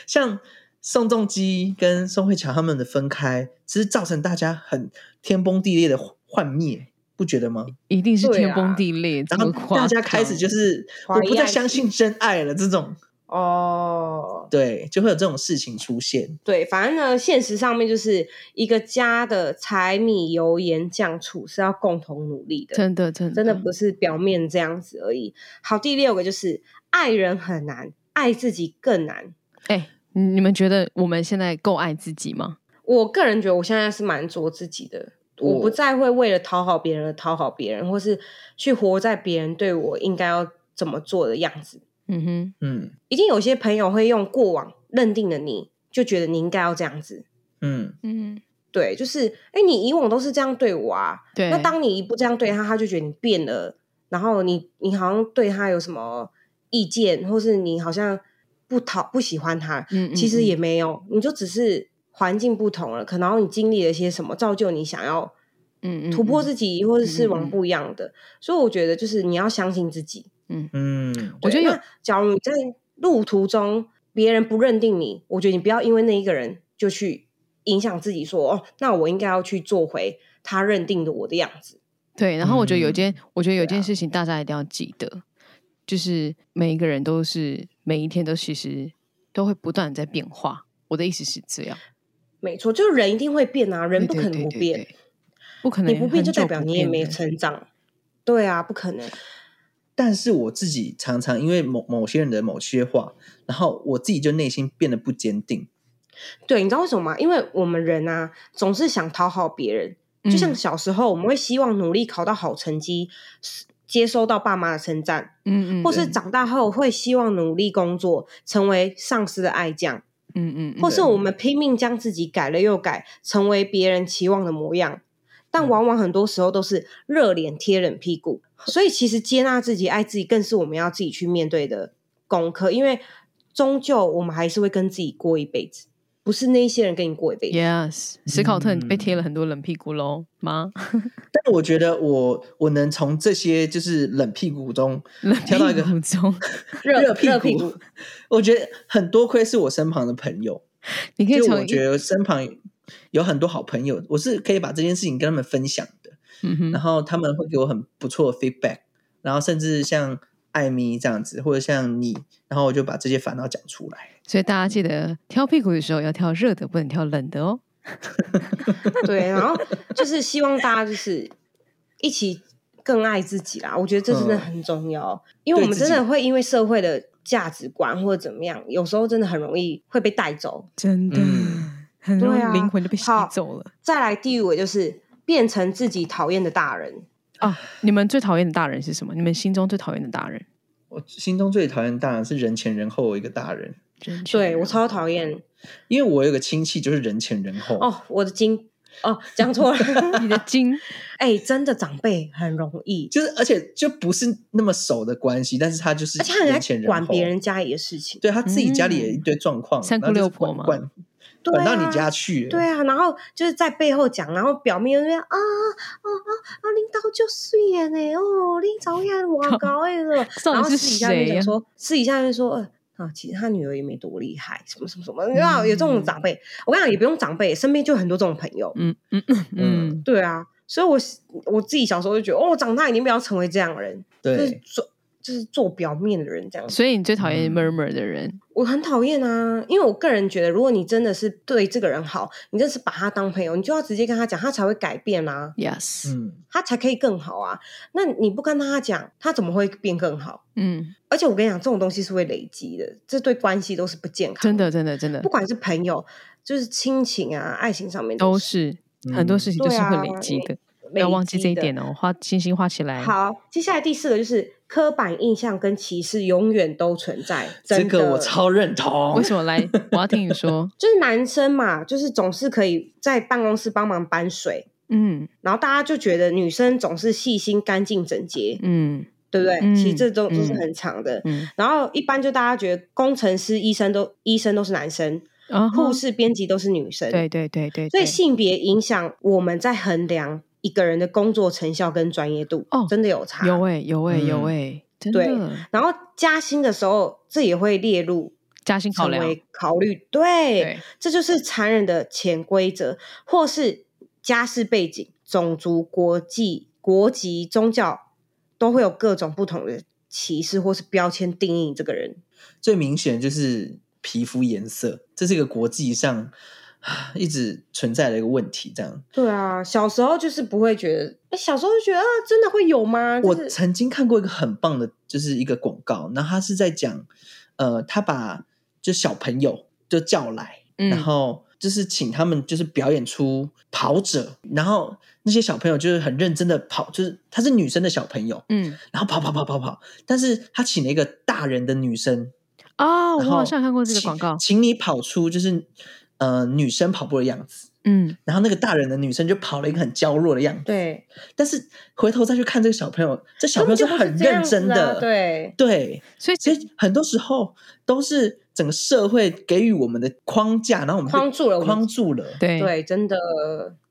Speaker 1: 像宋仲基跟宋慧乔他们的分开，只是造成大家很天崩地裂的幻灭，不觉得吗？
Speaker 3: 一定是
Speaker 2: 对
Speaker 3: 天崩
Speaker 2: 啊
Speaker 3: 地裂，这
Speaker 1: 然
Speaker 3: 么
Speaker 1: 后大
Speaker 3: 夸
Speaker 1: 家
Speaker 3: 张
Speaker 1: 开始就是
Speaker 2: 夸
Speaker 1: 我
Speaker 2: 张
Speaker 1: 不再相信真爱了，这种
Speaker 2: 哦，
Speaker 1: 对，就会有这种事情出现。
Speaker 2: 对，反正呢，现实上面就是一个家的柴米油盐酱醋是要共同努力的，
Speaker 3: 真的真的
Speaker 2: 真的不是表面这样子而已。好，第六个就是爱人很难，爱自己更难。
Speaker 3: 哎、你你们觉得我们现在够爱自己吗？
Speaker 2: 我个人觉得我现在是蛮做自己的，我不再会为了讨好别人而讨好别人，或是去活在别人对我应该要怎么做的样子。
Speaker 3: 嗯哼，
Speaker 1: 嗯
Speaker 2: 一定有些朋友会用过往认定了你，就觉得你应该要这样子。
Speaker 1: 嗯，
Speaker 3: 嗯，
Speaker 2: 对，就是哎、诶你以往都是这样对我啊，
Speaker 3: 对。
Speaker 2: 那当你不这样对他，他就觉得你变了，然后你你好像对他有什么意见，或是你好像不讨不喜欢他，
Speaker 3: 嗯嗯
Speaker 2: 其实
Speaker 3: 嗯
Speaker 2: 也没有，你就只是环境不同了，可能你经历了些什么，造就你想要
Speaker 3: 嗯嗯
Speaker 2: 突破
Speaker 3: 嗯
Speaker 2: 自己，或者是
Speaker 3: 嗯嗯
Speaker 2: 往
Speaker 3: 嗯
Speaker 2: 不一样的。所以我觉得就是你要相信自己。
Speaker 1: 嗯，
Speaker 3: 我觉
Speaker 2: 对
Speaker 3: 得有
Speaker 2: 那假如你在路途中别人不认定你，我觉得你不要因为那一个人就去影响自己说哦，那我应该要去做回他认定的我的样子。
Speaker 3: 对，然后我觉得有一
Speaker 1: 嗯
Speaker 3: 件，我觉得有
Speaker 2: 对
Speaker 3: 件
Speaker 2: 啊
Speaker 3: 事情大家一定要记得，就是每一个人都是每一天都其实都会不断地在变化。我的意思是这样，
Speaker 2: 没错，就是人一定会变啊，人不
Speaker 3: 对
Speaker 2: 可能不，变。
Speaker 3: 对对对对不可能
Speaker 2: 你不变
Speaker 3: 很
Speaker 2: 就代
Speaker 3: 久
Speaker 2: 表
Speaker 3: 不
Speaker 2: 你也
Speaker 3: 变
Speaker 2: 没
Speaker 3: 的
Speaker 2: 成长。对啊，不可能。
Speaker 1: 但是我自己常常因为某某些人的某些话，然后我自己就内心变得不坚定。
Speaker 2: 对，你知道为什么吗？因为我们人啊，总是想讨好别人。就像
Speaker 3: 嗯
Speaker 2: 小时候，我们会希望努力考到好成绩，接收到爸妈的称赞，
Speaker 3: 嗯嗯，
Speaker 2: 或是
Speaker 3: 嗯
Speaker 2: 长大后会希望努力工作，成为上司的爱将，
Speaker 3: 嗯嗯，嗯
Speaker 2: 或是我们拼命将自己改了又改，成为别人期望的模样。但
Speaker 1: 嗯
Speaker 2: 往往很多时候都是热脸贴冷屁股，所以其实接纳自己、爱自己，更是我们要自己去面对的功课。因为终究我们还是会跟自己过一辈子，不是那一些人跟你过一辈子。
Speaker 3: Yes，史考特你
Speaker 1: 嗯
Speaker 3: 被贴了很多冷屁股喽吗？
Speaker 1: 但我觉得我我能从这些就是冷屁股中
Speaker 3: 冷
Speaker 1: 挑到一
Speaker 3: 屁
Speaker 1: 个
Speaker 3: 股中，
Speaker 2: 热
Speaker 1: 屁
Speaker 2: 热屁股，
Speaker 1: 我觉得很多亏是我身旁的朋友，
Speaker 3: 你可以
Speaker 1: 就
Speaker 3: 从
Speaker 1: 我
Speaker 3: 一
Speaker 1: 觉得身旁有很多好朋友，我是可以把这件事情跟他们分享的，
Speaker 3: 嗯哼
Speaker 1: 然后他们会给我很不错的 feedback，然后甚至像艾米这样子，或者像你，然后我就把这些烦恼讲出来。
Speaker 3: 所以大家记得挑屁股的时候要挑热的，不能挑冷的哦。
Speaker 2: 对，然后就是希望大家就是一起更爱自己啦。我觉得这真的很重要，哦因为我们真的会因为社会的价值观或者怎么样，有时候真的很容易会被带走。
Speaker 3: 真的、
Speaker 1: 嗯
Speaker 3: 很容易
Speaker 2: 对啊
Speaker 3: 灵魂就被吸
Speaker 2: 好
Speaker 3: 走了
Speaker 2: 再来第五个就是变成自己讨厌的大人，
Speaker 3: 啊！你们最讨厌的大人是什么？你们心中最讨厌的大人？
Speaker 1: 我心中最讨厌的大人是人前人后的一个大人，
Speaker 3: 真确
Speaker 2: 对
Speaker 3: 人
Speaker 2: 我超讨厌
Speaker 1: 因为我有个亲戚就是人前人后，
Speaker 2: 哦，我的经哦讲错 了，
Speaker 3: 你的筋
Speaker 2: 哎、真的长辈很容易，
Speaker 1: 就是而且就不是那么熟的关系，但是他就是
Speaker 2: 而且他很
Speaker 1: 人
Speaker 2: 爱
Speaker 1: 前人
Speaker 2: 管
Speaker 1: 后，
Speaker 2: 别人嗯家里的事情。
Speaker 1: 对他自己家里也一堆状况，
Speaker 3: 三姑
Speaker 1: 然后就是
Speaker 3: 六婆
Speaker 1: 管
Speaker 3: 嘛
Speaker 1: 管
Speaker 2: 对
Speaker 1: 管到
Speaker 2: 啊
Speaker 1: 你家去了，
Speaker 2: 对啊，然后就是在背后讲，然后表面那边啊啊啊啊，领导就碎眼呢，哦，领导也哇高哎 了，
Speaker 3: 到底
Speaker 2: 然后
Speaker 3: 是
Speaker 2: 私底下就
Speaker 3: 谁
Speaker 2: 讲
Speaker 3: 呀
Speaker 2: 说，私底下就说，呃啊，其实他女儿也没多厉害，什么什么什么，你知道有这种长辈，我跟你讲也不用长辈，身边就很多这种朋友，
Speaker 3: 嗯嗯嗯嗯，
Speaker 2: 对啊，所以我我自己小时候就觉得，哦，长大一定不要成为这样的人，就是
Speaker 1: 对，
Speaker 2: 做就是做表面的人这样子。
Speaker 3: 所以你最讨
Speaker 1: 嗯
Speaker 3: 厌 murmur 的人，
Speaker 2: 我很讨厌啊，因为我个人觉得，如果你真的是对这个人好，你真的是把他当朋友，你就要直接跟他讲，他才会改变啊，
Speaker 3: yes，
Speaker 1: 嗯，
Speaker 2: 他才可以更好啊。那你不跟他讲，他怎么会变更好？
Speaker 3: 嗯，
Speaker 2: 而且我跟你讲，这种东西是会累积的，这对关系都是不健康。
Speaker 3: 真的，真的真的
Speaker 2: 不管是朋友，就是亲情啊、爱情上面
Speaker 3: 都
Speaker 2: 是
Speaker 3: 是
Speaker 1: 嗯
Speaker 3: 很多事情都是会
Speaker 2: 对啊
Speaker 3: 累积的，不
Speaker 2: 累
Speaker 3: 要忘记
Speaker 2: 积
Speaker 3: 这一
Speaker 2: 的
Speaker 3: 点哦，画星星画起来，
Speaker 2: 好，接下来第四个就是刻板印象跟歧视永远都存在。
Speaker 1: 这
Speaker 2: 真的
Speaker 1: 个我超认同
Speaker 3: 为，什 么来？我要听你说，
Speaker 2: 就是男生嘛，就是总是可以在办公室帮忙搬水，
Speaker 3: 嗯
Speaker 2: 然后大家就觉得女生总是细心、干净、整洁，
Speaker 3: 嗯
Speaker 2: 对不对？
Speaker 3: 嗯
Speaker 2: 其实这都都是
Speaker 3: 嗯
Speaker 2: 很长的。
Speaker 3: 嗯，
Speaker 2: 然后一般就大家觉得工程师、医生都医生都是男生，
Speaker 3: 然
Speaker 2: 护
Speaker 3: 后
Speaker 2: 士、编辑都是女生，
Speaker 3: 嗯对对对对，
Speaker 2: 所以
Speaker 3: 对
Speaker 2: 性别影响我们在衡量一个人的工作成效跟专业度，
Speaker 3: 哦
Speaker 2: 真的有差。
Speaker 3: 有哎有哎有
Speaker 1: 嗯
Speaker 3: 哎，真
Speaker 2: 对
Speaker 3: 的
Speaker 2: 然后加薪的时候，这也会列入
Speaker 3: 加薪考
Speaker 2: 成
Speaker 3: 量，
Speaker 2: 为考虑，对，
Speaker 3: 对
Speaker 2: 这就是残忍的潜规则，或是家世背景、种族、国际、国籍、宗教，都会有各种不同的歧视或是标签定义这个人。
Speaker 1: 最明显就是皮肤颜色，这是一个国际上啊一直存在的一个问题，这样。
Speaker 2: 对啊，小时候就是不会觉得，哎，小时候就觉得啊，真的会有吗？
Speaker 3: 嗯
Speaker 2: 就
Speaker 1: 我
Speaker 2: 是
Speaker 1: 曾经看过一个很棒的，就是一个广告，然后他是在讲，呃，他把就小朋友就叫来，然
Speaker 3: 嗯
Speaker 1: 后就是请他们就是表演出跑者，然后那些小朋友就是很认真的跑，就是她是女生的小朋友，
Speaker 3: 嗯
Speaker 1: 然后跑跑跑跑跑，但是他请了一个大人的女生，
Speaker 3: 啊，我
Speaker 1: 然后
Speaker 3: 好像看过这个广告，
Speaker 1: 请请你跑出就是呃女生跑步的样子。
Speaker 3: 嗯
Speaker 1: 然后那个大人的女生就跑了一个很娇弱的样子，
Speaker 2: 对，
Speaker 1: 但是回头再去看这个小朋友，这小
Speaker 2: 根
Speaker 1: 朋友是
Speaker 2: 本就不
Speaker 1: 很
Speaker 2: 这样
Speaker 1: 认真
Speaker 2: 子啊
Speaker 1: 的，
Speaker 2: 对，
Speaker 1: 对，
Speaker 3: 所以
Speaker 1: 所以很多时候都是整个社会给予我们的框架，然后我们被
Speaker 2: 框住了我们
Speaker 1: 框住了。
Speaker 3: 对
Speaker 2: 对，真的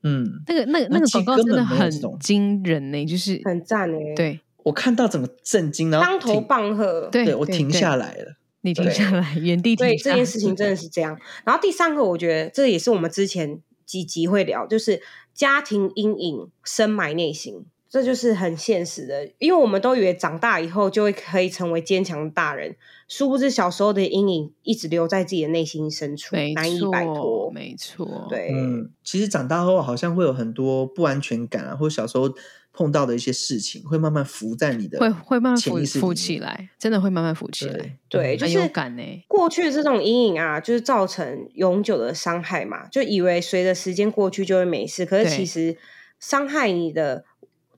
Speaker 1: 嗯，
Speaker 3: 那个那个那
Speaker 1: 那
Speaker 3: 个
Speaker 1: 其实
Speaker 3: 广告
Speaker 1: 根
Speaker 3: 真
Speaker 1: 本
Speaker 3: 的
Speaker 1: 没有
Speaker 3: 很
Speaker 1: 这种
Speaker 3: 惊人呢、就是
Speaker 2: 很赞哎、，
Speaker 3: 对
Speaker 1: 我看到整个震惊，然后
Speaker 2: 当头
Speaker 1: 停，
Speaker 2: 棒喝，
Speaker 3: 对
Speaker 1: 对我停下，来了。
Speaker 3: 你停
Speaker 1: 对
Speaker 3: 下来，原 地
Speaker 2: 对
Speaker 3: 停下
Speaker 2: 这
Speaker 3: 来。
Speaker 2: 件事情真的是这样。然后第三个，我觉得这也是我们之前几集会聊，就是家庭阴影深埋内心，这就是很现实的。因为我们都以为长大以后就会可以成为坚强的大人，殊不知小时候的阴影一直留在自己的内心深处
Speaker 3: 没，
Speaker 2: 难以摆
Speaker 3: 错，
Speaker 2: 脱。
Speaker 3: 没错，，
Speaker 2: 对，
Speaker 1: 嗯，其实长大后好像会有很多不安全感啊，或者小时候碰到的一些事情，会慢慢浮在你的
Speaker 3: 会会慢慢
Speaker 1: 潜
Speaker 3: 浮
Speaker 1: 意识
Speaker 3: 浮
Speaker 1: 里
Speaker 3: 起
Speaker 1: 面。
Speaker 3: 来，真的会慢慢浮起来
Speaker 1: 对。
Speaker 2: 对，就
Speaker 3: 很有
Speaker 2: 是
Speaker 3: 感欸
Speaker 2: 过去这种阴影啊，就是造成永久的伤害嘛，就以为随着时间过去就会没事，可是
Speaker 3: 对
Speaker 2: 其实伤害你的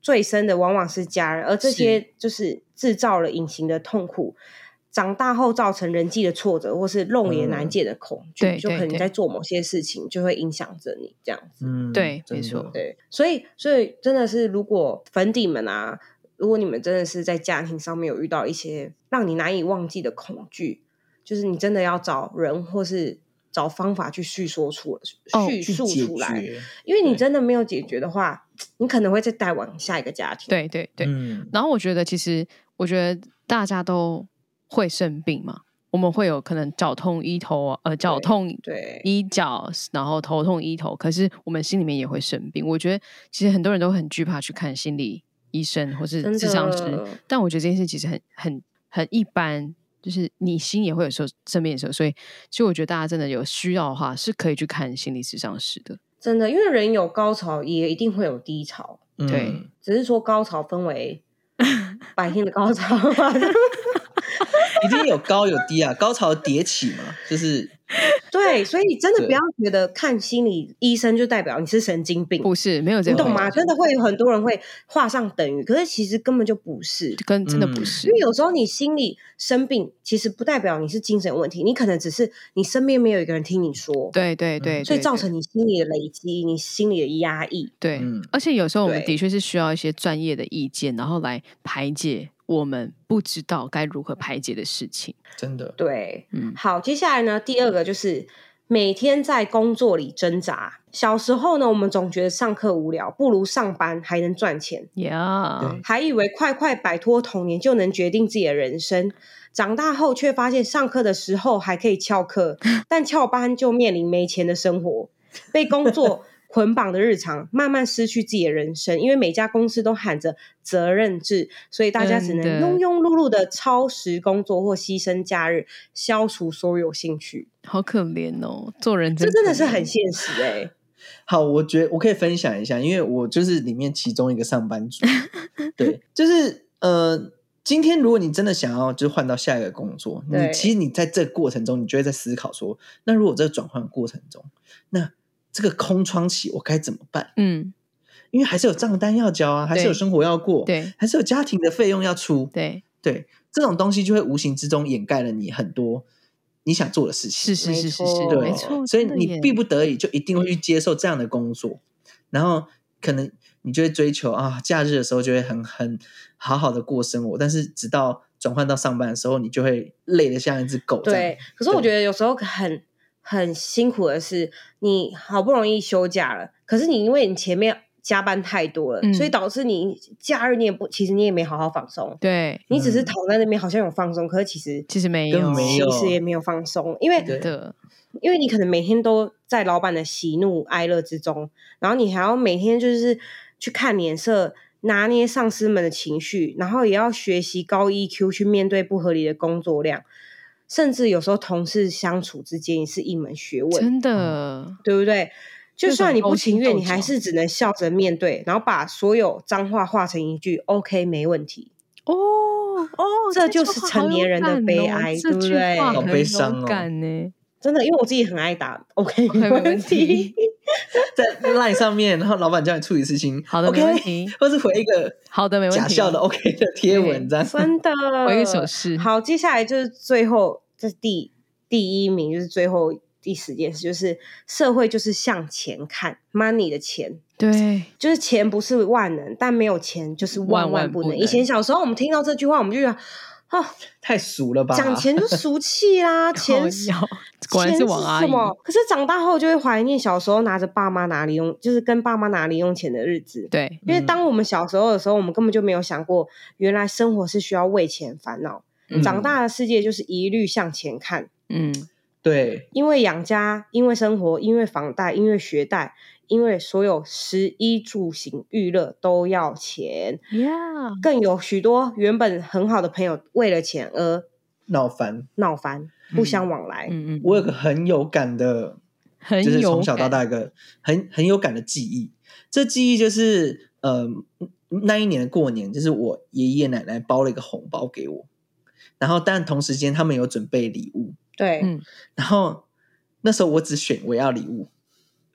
Speaker 2: 最深的往往是家人，而这些就是制造了隐形的痛苦。长大后造成人际的挫折，或是肉眼难见的恐惧，
Speaker 3: 嗯对
Speaker 2: 就
Speaker 3: 对
Speaker 2: 可能
Speaker 3: 对
Speaker 2: 你在做某些事情就会影响着你这样子。
Speaker 1: 嗯，
Speaker 3: 对
Speaker 1: 真
Speaker 3: 没
Speaker 1: 的
Speaker 3: 错
Speaker 2: 对，所以所以真的是，如果粉底们啊，如果你们真的是在家庭上面有遇到一些让你难以忘记的恐惧，就是你真的要找人或是找方法去叙说出、
Speaker 3: 哦
Speaker 2: 叙
Speaker 1: 去
Speaker 2: 述
Speaker 1: 解
Speaker 2: 出来，
Speaker 1: 决。
Speaker 2: 因为你
Speaker 1: 对
Speaker 2: 真的没有解决的话，你可能会再带往下一个家庭。，
Speaker 3: 对对对。
Speaker 1: 嗯，
Speaker 3: 然后我觉得，其实我觉得大家都会生病嘛，我们会有可能脚痛医头啊，呃，脚
Speaker 2: 对
Speaker 3: 痛
Speaker 2: 对
Speaker 3: 医脚，然后头痛医头。可是我们心里面也会生病。我觉得其实很多人都很惧怕去看心理医生或是
Speaker 2: 真的
Speaker 3: 智商师，但我觉得这件事其实很很很一般。就是你心也会有时候生病的时候，所以其实我觉得大家真的有需要的话，是可以去看心理智商师的。
Speaker 2: 真的，因为人有高潮，也一定会有低潮。
Speaker 1: 嗯
Speaker 3: 对
Speaker 2: 只是说高潮分 为白天的高潮，
Speaker 1: 一定有高有低啊，高潮迭起嘛，就是
Speaker 2: 对，所以真的
Speaker 1: 对
Speaker 2: 不要觉得看心理医生就代表你是神经病，
Speaker 3: 不是没有这
Speaker 2: 你
Speaker 3: 个，
Speaker 2: 懂吗？？真的会有很多人会画上等于，可是其实根本就不是，
Speaker 3: 跟真的
Speaker 1: 嗯
Speaker 3: 不是
Speaker 2: 因为，有时候你心里生病，其实不代表你是精神有问题，你可能只是你身边没有一个人听你说，
Speaker 3: 对对
Speaker 1: 嗯
Speaker 3: 对，
Speaker 2: 所以
Speaker 3: 对
Speaker 2: 造
Speaker 3: 对
Speaker 2: 成你心里的累积，你心里的压抑。
Speaker 3: 对
Speaker 1: 嗯，
Speaker 3: 而且有时候我们
Speaker 2: 对
Speaker 3: 的确是需要一些专业的意见，然后来排解我们不知道该如何排解的事情。
Speaker 1: 真的，
Speaker 2: 对，
Speaker 3: 嗯
Speaker 2: 好，接下来呢，第二个就是每天在工作里挣扎。小时候呢，我们总觉得上课无聊，不如上班还能赚钱，
Speaker 3: ，Yeah，
Speaker 1: 对
Speaker 2: 还以为快快摆脱童年就能决定自己的人生。长大后却发现，上课的时候还可以翘课，但翘班就面临没钱的生活，被工作捆绑的日常，慢慢失去自己的人生。因为每家公司都喊着责任制，所以大家只
Speaker 3: 真
Speaker 2: 能
Speaker 3: 的
Speaker 2: 庸庸碌碌的超时工作或牺牲假日，消除所有兴趣。
Speaker 3: 好可怜哦，做人
Speaker 2: 这真的
Speaker 3: 可
Speaker 2: 是
Speaker 3: 怜
Speaker 2: 很现实哎、
Speaker 1: 好，我觉得我可以分享一下，因为我就是里面其中一个上班族。对，就是呃，今天如果你真的想要就是换到下一个工作，你
Speaker 2: 对
Speaker 1: 其实你在这个过程中，你就会在思考说，那如果这个转换过程中，那这个空窗期我该怎么办？
Speaker 3: 嗯，
Speaker 1: 因为还是有账单要交啊，还是有
Speaker 3: 对
Speaker 1: 生活要过，，
Speaker 3: 对
Speaker 1: 还是有家庭的费用要出，
Speaker 3: 对，
Speaker 1: 对，这种东西就会无形之中掩盖了你很多你想做的事情。
Speaker 3: 是是是是是，
Speaker 2: 对
Speaker 3: 哦没错，
Speaker 1: 所以
Speaker 3: 真的
Speaker 1: 你
Speaker 3: 耶
Speaker 1: 逼不得已就一定会去接受这样的工作，然后可能你就会追求啊，假日的时候就会很很好好的过生活，但是直到转换到上班的时候，你就会累得像一只狗这样。
Speaker 2: 对，可是我觉得有时候很很辛苦的是，你好不容易休假了，可是你因为你前面加班太多了，
Speaker 3: 嗯
Speaker 2: 所以导致你假日你也不，其实你也没好好放松，
Speaker 3: 对，
Speaker 2: 你只是
Speaker 1: 嗯
Speaker 2: 躺在那边好像有放松，可是其实
Speaker 3: 其实没
Speaker 1: 根
Speaker 3: 有
Speaker 1: 本没有
Speaker 2: 其实也没有放松，因为
Speaker 1: 对
Speaker 3: 的，
Speaker 2: 因为你可能每天都在老板的喜怒哀乐之中，然后你还要每天就是去看脸色。拿捏上司们的情绪，然后也要学习高 EQ 去面对不合理的工作量，甚至有时候同事相处之间也是一门学问，
Speaker 3: 真的，
Speaker 2: 对不对？就
Speaker 3: 那种
Speaker 2: 算你
Speaker 3: 勾
Speaker 2: 不
Speaker 3: 心
Speaker 2: 情愿，
Speaker 3: 斗
Speaker 2: 你还
Speaker 3: 角
Speaker 2: 是只能笑着面对，然后把所有脏话化成一句 “OK，没问题”。
Speaker 3: 哦哦，
Speaker 2: 这就
Speaker 3: 句
Speaker 2: 是
Speaker 3: 话
Speaker 2: 成
Speaker 3: 好
Speaker 2: 年
Speaker 3: 有
Speaker 2: 人的
Speaker 3: 感
Speaker 2: 悲
Speaker 3: 哦
Speaker 2: 哀
Speaker 3: 这
Speaker 2: 对不
Speaker 3: 句
Speaker 2: 对
Speaker 3: 话
Speaker 1: 好
Speaker 3: 很
Speaker 1: 悲
Speaker 3: 有
Speaker 1: 伤哦
Speaker 3: 感呢，
Speaker 2: 真的，因为我自己很爱打 “OK，
Speaker 3: OK，
Speaker 2: 没
Speaker 3: 没问
Speaker 2: 问
Speaker 3: 题
Speaker 2: 题”，
Speaker 1: 在 line 上面，然后老板叫你处理事情，
Speaker 3: 好的
Speaker 1: OK，
Speaker 3: 没问题
Speaker 1: 或是回一个
Speaker 3: 好的没问题哦
Speaker 1: 假笑的 OK 的贴文这样。
Speaker 2: 真的，
Speaker 3: 我一个手势
Speaker 2: 呃好，接下来就是最后，这是第第一名，就是最后第十件事，就是社会就是向前看，money 的钱。
Speaker 3: 对，
Speaker 2: 就是钱不是万能，但没有钱就是万
Speaker 3: 万万
Speaker 2: 万不
Speaker 3: 不
Speaker 2: 能。
Speaker 3: 能
Speaker 2: 以前小时候我们听到这句话，我们就觉得，哦，
Speaker 1: 太俗了吧？
Speaker 2: 讲钱就俗气 啦，钱是
Speaker 3: 靠腰果然
Speaker 2: 钱
Speaker 3: 是王阿
Speaker 2: 什
Speaker 3: 姨，
Speaker 2: 么？可是长大后就会怀念小时候拿着爸妈拿零用，就是跟爸妈拿零用钱的日子。
Speaker 3: 对，
Speaker 2: 因为
Speaker 1: 嗯
Speaker 2: 当我们小时候的时候，我们根本就没有想过，原来生活是需要为钱烦恼。
Speaker 1: 嗯
Speaker 2: 长大的世界就是一律向前看，
Speaker 3: 嗯，
Speaker 1: 对，
Speaker 2: 因为养家，因为生活，因为房贷，因为学贷，因为所有食衣住行娱乐都要钱。
Speaker 3: 呀，
Speaker 2: 更有许多原本很好的朋友，为了钱而
Speaker 1: 闹翻。
Speaker 2: 闹翻，不相往来。
Speaker 3: 嗯嗯，
Speaker 1: 我有个很有感的
Speaker 3: 很
Speaker 1: 就是
Speaker 3: 有
Speaker 1: 从小到
Speaker 3: 感
Speaker 1: 大一个很很有感的记忆。这记忆就是，呃，那一年的过年，就是我爷爷奶奶包了一个红包给我，然后但同时间他们有准备礼物，
Speaker 2: 对，嗯
Speaker 3: 嗯
Speaker 1: 然后那时候我只选我要礼物，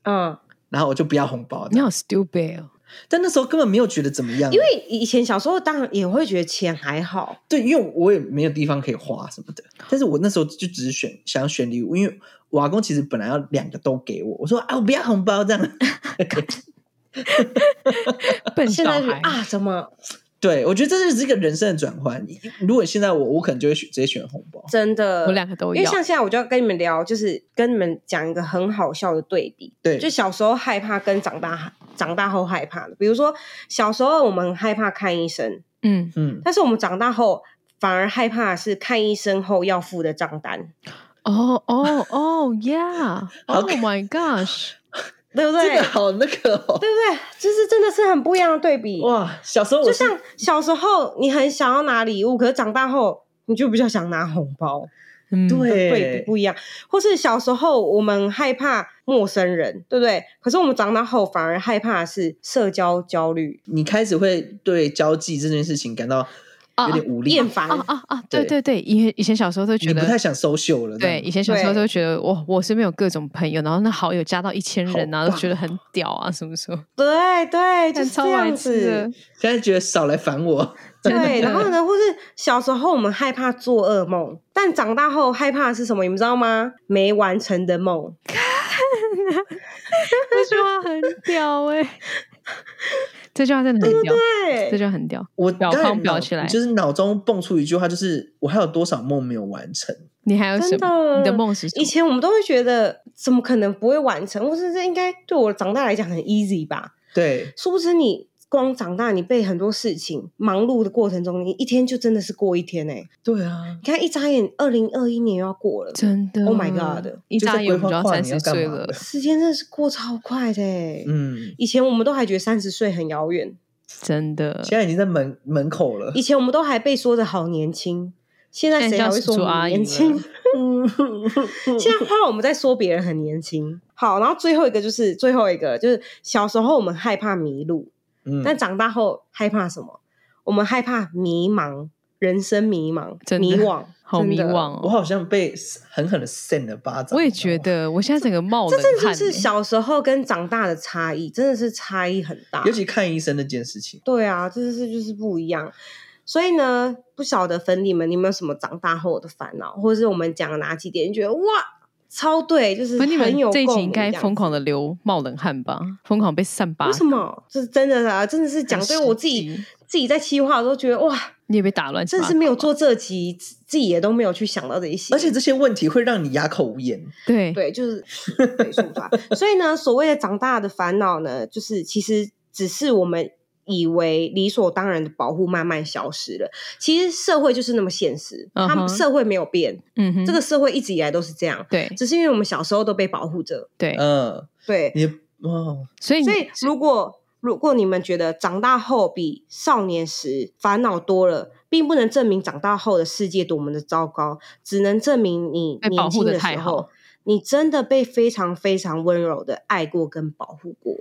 Speaker 2: 嗯
Speaker 1: 然后我就不要红包。
Speaker 3: 你好 stupid 哦，
Speaker 1: 但那时候根本没有觉得怎么样，
Speaker 2: 因为以前小时候当然也会觉得钱还好，
Speaker 1: 对，因为我也没有地方可以花什么的，
Speaker 3: 哦
Speaker 1: 但是我那时候就只是选想要选礼物，因为我阿公其实本来要两个都给我，我说啊我不要红包这样，
Speaker 3: 笨
Speaker 2: 现
Speaker 3: 小
Speaker 2: 在就
Speaker 3: 孩，
Speaker 2: 啊怎么
Speaker 1: 对我觉得这就是一个人生的转换。你如果现在我，我可能就会选直接选红包。
Speaker 2: 真的？
Speaker 3: 我两个都
Speaker 2: 因为
Speaker 3: 要，
Speaker 2: 像现在我就要跟你们聊，就是跟你们讲一个很好笑的对比，
Speaker 1: 对，
Speaker 2: 就小时候害怕跟长大长大后害怕的。比如说小时候我们很害怕看医生，
Speaker 3: 嗯，
Speaker 1: 嗯，
Speaker 2: 但是我们长大后反而害怕的是看医生后要付的账单，
Speaker 3: 哦哦哦，yeah，Oh my gosh，
Speaker 2: 对不对？
Speaker 1: 这个好那个哦，
Speaker 2: 对不对？就是真的是很不一样的对比。
Speaker 1: 哇，小时候我
Speaker 2: 就是像小时候你很想要拿礼物，可是长大后你就比较想拿红包。
Speaker 3: 嗯，
Speaker 2: 对不不一样，或是小时候我们害怕陌生人，对不对？可是我们长大后反而害怕的是社交焦虑、
Speaker 1: 你开始会对交际这件事情感到有点无力，
Speaker 2: 厌烦。
Speaker 3: 啊啊啊！对
Speaker 1: 对
Speaker 3: 对对，以前以前小时候都
Speaker 1: 你
Speaker 3: 哦觉
Speaker 1: 不
Speaker 3: 得
Speaker 1: 太想 social 了。
Speaker 3: 对，以前小时候都觉得哇，我身边有各种朋友，然后那好友加到一千人啊，
Speaker 1: 好
Speaker 3: 都
Speaker 1: 棒
Speaker 3: 觉得很屌啊，什么什 么，
Speaker 2: 对对，就
Speaker 3: 但
Speaker 2: 是
Speaker 3: 超
Speaker 2: 这
Speaker 3: 白
Speaker 2: 样
Speaker 3: 痴
Speaker 2: 子
Speaker 3: 的。。
Speaker 1: 现在觉得少来烦我，
Speaker 2: 对，然后呢，或是小时候我们害怕做噩梦，但长大后害怕的是什么？你们知道吗？没完成的梦。
Speaker 3: 这句话很屌哎、这句话真的很屌，这
Speaker 2: 对，
Speaker 3: 句话很屌。
Speaker 1: 我
Speaker 3: 表
Speaker 1: 刚才
Speaker 3: 胖表
Speaker 1: 脑
Speaker 3: 起来
Speaker 1: 就是脑中蹦出一句话，就是我还有多少梦没有完成？
Speaker 3: 你还有什
Speaker 2: 真
Speaker 3: 么？
Speaker 2: 的
Speaker 3: 你的梦是什
Speaker 2: 以
Speaker 3: 么？
Speaker 2: 前我们都会觉得，怎么可能不会完成？或是这应该对我长大来讲很 easy 吧？
Speaker 1: 对，
Speaker 2: 殊不知你光长大，你被很多事情忙碌的过程中，你一天就真的是过一天哎、
Speaker 1: 对啊，
Speaker 2: 你看一眨眼，二零二一年又要过了，
Speaker 3: 真的
Speaker 2: Oh my god
Speaker 3: 一
Speaker 1: 就在
Speaker 3: 眨眼我们就
Speaker 1: 规划
Speaker 3: 要
Speaker 1: 跨
Speaker 3: 三
Speaker 1: 年
Speaker 3: 十
Speaker 1: 要干
Speaker 3: 岁
Speaker 1: 嘛
Speaker 3: 了
Speaker 1: 的，
Speaker 2: 时间真的是过超快的、欸。
Speaker 1: 嗯，
Speaker 2: 以前我们都还觉得三十岁很遥远，
Speaker 3: 真的。
Speaker 1: 现在已经在门门口了
Speaker 2: 以。前我们都还被说的好年轻，现在
Speaker 3: 现在
Speaker 2: 谁
Speaker 3: 叫
Speaker 2: 还会
Speaker 3: 叔
Speaker 2: 说
Speaker 3: 叔
Speaker 2: 我
Speaker 3: 阿
Speaker 2: 们
Speaker 3: 姨
Speaker 2: 年轻
Speaker 3: 了？
Speaker 2: 现在换我们在说别人很年轻。好，然后最后一个就是最后一个就是小时候我们害怕迷路，
Speaker 1: 嗯，
Speaker 2: 但长大后害怕什么？我们害怕迷茫，人生迷茫，
Speaker 3: 真的
Speaker 2: 迷惘，
Speaker 3: 好迷
Speaker 2: 真的
Speaker 3: 惘
Speaker 1: 我
Speaker 3: 哦！
Speaker 1: 好像被狠狠的扇了巴掌。
Speaker 3: 我也
Speaker 1: 你知道吗
Speaker 3: 觉，得，我现在整个冒冷
Speaker 2: 啊这真的
Speaker 3: 汗、
Speaker 2: 就是
Speaker 3: 欸。
Speaker 2: 小时候跟长大的差异，真的是差异很大。
Speaker 1: 尤其看医生那件事情，
Speaker 2: 对啊，这是就是不一样。所以呢，不晓得粉底们，你们有什么长大后的烦恼，或者是我们讲哪几点，你觉得哇，超对，就是
Speaker 3: 欸不是你们
Speaker 2: 很有
Speaker 3: 这一
Speaker 2: 共
Speaker 3: 集
Speaker 2: 鸣
Speaker 3: 应该
Speaker 2: 这样
Speaker 3: 疯
Speaker 2: 子
Speaker 3: 狂的流冒冷汗吧？疯狂被散巴
Speaker 2: 为什
Speaker 3: 掌，
Speaker 2: 么？这是真的啦，真的是讲
Speaker 3: 很
Speaker 2: 对
Speaker 3: 实
Speaker 2: 我自己
Speaker 3: 际
Speaker 2: 自己在企划的时候觉得哇，
Speaker 3: 你也被打乱七
Speaker 2: 真
Speaker 3: 八糟，
Speaker 2: 的是没有做这集，自自己也都没有去想到这一些，
Speaker 1: 而且这些问题会让你哑口无言。
Speaker 3: 对
Speaker 2: 对，就是对说不出来。所以呢，所谓的长大的烦恼呢，就是其实只是我们以为理所当然的保护慢慢消失了。其实社会就是那么现实，
Speaker 3: 嗯
Speaker 2: 他
Speaker 3: 哼
Speaker 2: 们社会没有变，
Speaker 3: 嗯哼，
Speaker 2: 这个社会一直以来都是这样，
Speaker 3: 对
Speaker 2: 只是因为我们小时候都被保护着。
Speaker 3: 对，
Speaker 1: 嗯，
Speaker 2: 对，
Speaker 1: 你哦，
Speaker 3: 所以
Speaker 2: 呃所
Speaker 3: 哎你
Speaker 2: 以如果如果你们觉得长大后比少年时烦恼多了，并不能证明长大后的世界多么的糟糕，只能证明你
Speaker 3: 被保
Speaker 2: 年
Speaker 3: 护
Speaker 2: 轻
Speaker 3: 得
Speaker 2: 的
Speaker 3: 太
Speaker 2: 时
Speaker 3: 好
Speaker 2: 候，你真的被非常非常温柔的爱过跟保护过。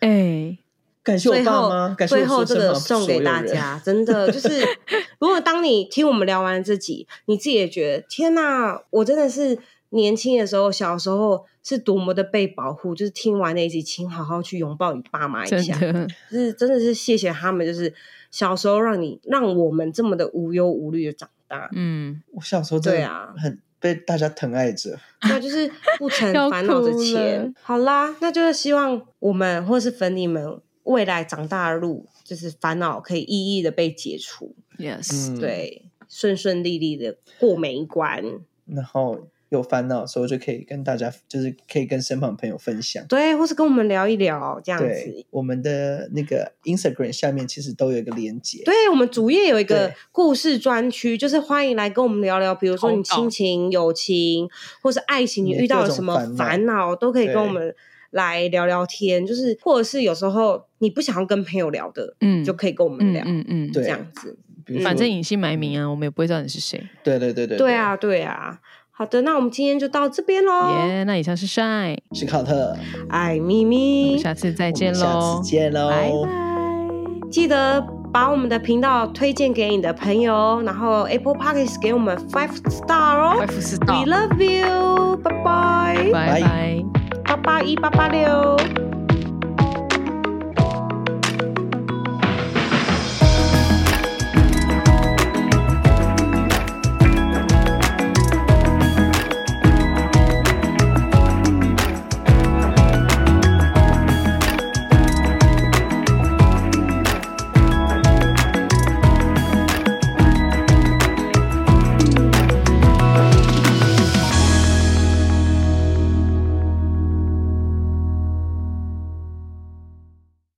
Speaker 3: 哎、
Speaker 1: 感谢我
Speaker 2: 最
Speaker 1: 爸
Speaker 2: 后
Speaker 1: 妈，感谢
Speaker 2: 最后
Speaker 1: 我
Speaker 2: 这
Speaker 1: 出生
Speaker 2: 个
Speaker 1: 旁
Speaker 2: 送
Speaker 1: 所有
Speaker 2: 给大
Speaker 1: 人。
Speaker 2: 家，真的就是， 如果当你听我们聊完这集，你自己也觉得天哪、我真的是年轻的时候，小时候是多么的被保护。就是听完那一集，请好好去拥抱你爸妈一
Speaker 3: 真
Speaker 2: 下，
Speaker 3: 的，
Speaker 2: 就是真的是谢谢他们，就是小时候让你让我们这么的无忧无虑的长 大。
Speaker 3: 嗯，
Speaker 1: 我小时候真
Speaker 2: 对
Speaker 1: 的
Speaker 2: 啊
Speaker 1: 很被大家疼爱着。
Speaker 2: 那就是不曾
Speaker 3: 要
Speaker 2: 烦恼着
Speaker 3: 哭了
Speaker 2: 钱。好啦，那就是希望我们或是粉你们未来长大的路，就是烦恼可以一一的被解除，
Speaker 3: Yes，、
Speaker 1: 嗯，。
Speaker 2: 对，顺顺利利的过每一关。
Speaker 1: 然后有烦恼的时候就可以跟大家，就是可以跟身旁的朋友分享。
Speaker 2: 对，或是跟我们聊一聊这样子
Speaker 1: 对。，我们的那个 Instagram 下面其实都有一个连接。
Speaker 2: 对我们主页有一个
Speaker 1: 对
Speaker 2: 故事专区，就是欢迎来跟我们聊聊，比如说你
Speaker 3: 投稿
Speaker 2: 亲情、友情，或是爱情，你
Speaker 1: 你的
Speaker 2: 遇
Speaker 1: 嗯
Speaker 2: 到
Speaker 1: 各
Speaker 2: 了
Speaker 1: 种
Speaker 2: 什么
Speaker 1: 烦恼
Speaker 2: 烦恼，都可以
Speaker 1: 对
Speaker 2: 跟我们来聊聊天。就是或者是有时候你不想要跟朋友聊的，
Speaker 3: 嗯
Speaker 2: 就可以跟我们
Speaker 3: 嗯
Speaker 2: 聊。
Speaker 3: 嗯嗯，
Speaker 1: 对
Speaker 2: 这样子。
Speaker 1: 比如说
Speaker 3: 反正隐姓埋名啊，我们也不会知道你是谁。
Speaker 1: 对对对对，
Speaker 2: 对啊，对啊。好的，那我们今天就到这边喽。
Speaker 3: 耶、那以上是 Shine，
Speaker 1: 对，史考特，
Speaker 2: 爱咪
Speaker 3: 我们
Speaker 2: 咪，
Speaker 3: 下次再见
Speaker 1: 我们
Speaker 3: 喽
Speaker 1: 下次，见喽，
Speaker 3: 拜拜。
Speaker 2: 记得把我们的频道推荐给你的朋友哦，然后 Apple Podcast 给我们 five star
Speaker 3: 快
Speaker 2: 哦。
Speaker 3: 复四
Speaker 2: We
Speaker 3: 到，
Speaker 2: love you，拜拜，
Speaker 1: 拜
Speaker 3: 拜拜。
Speaker 2: 八八一八八六。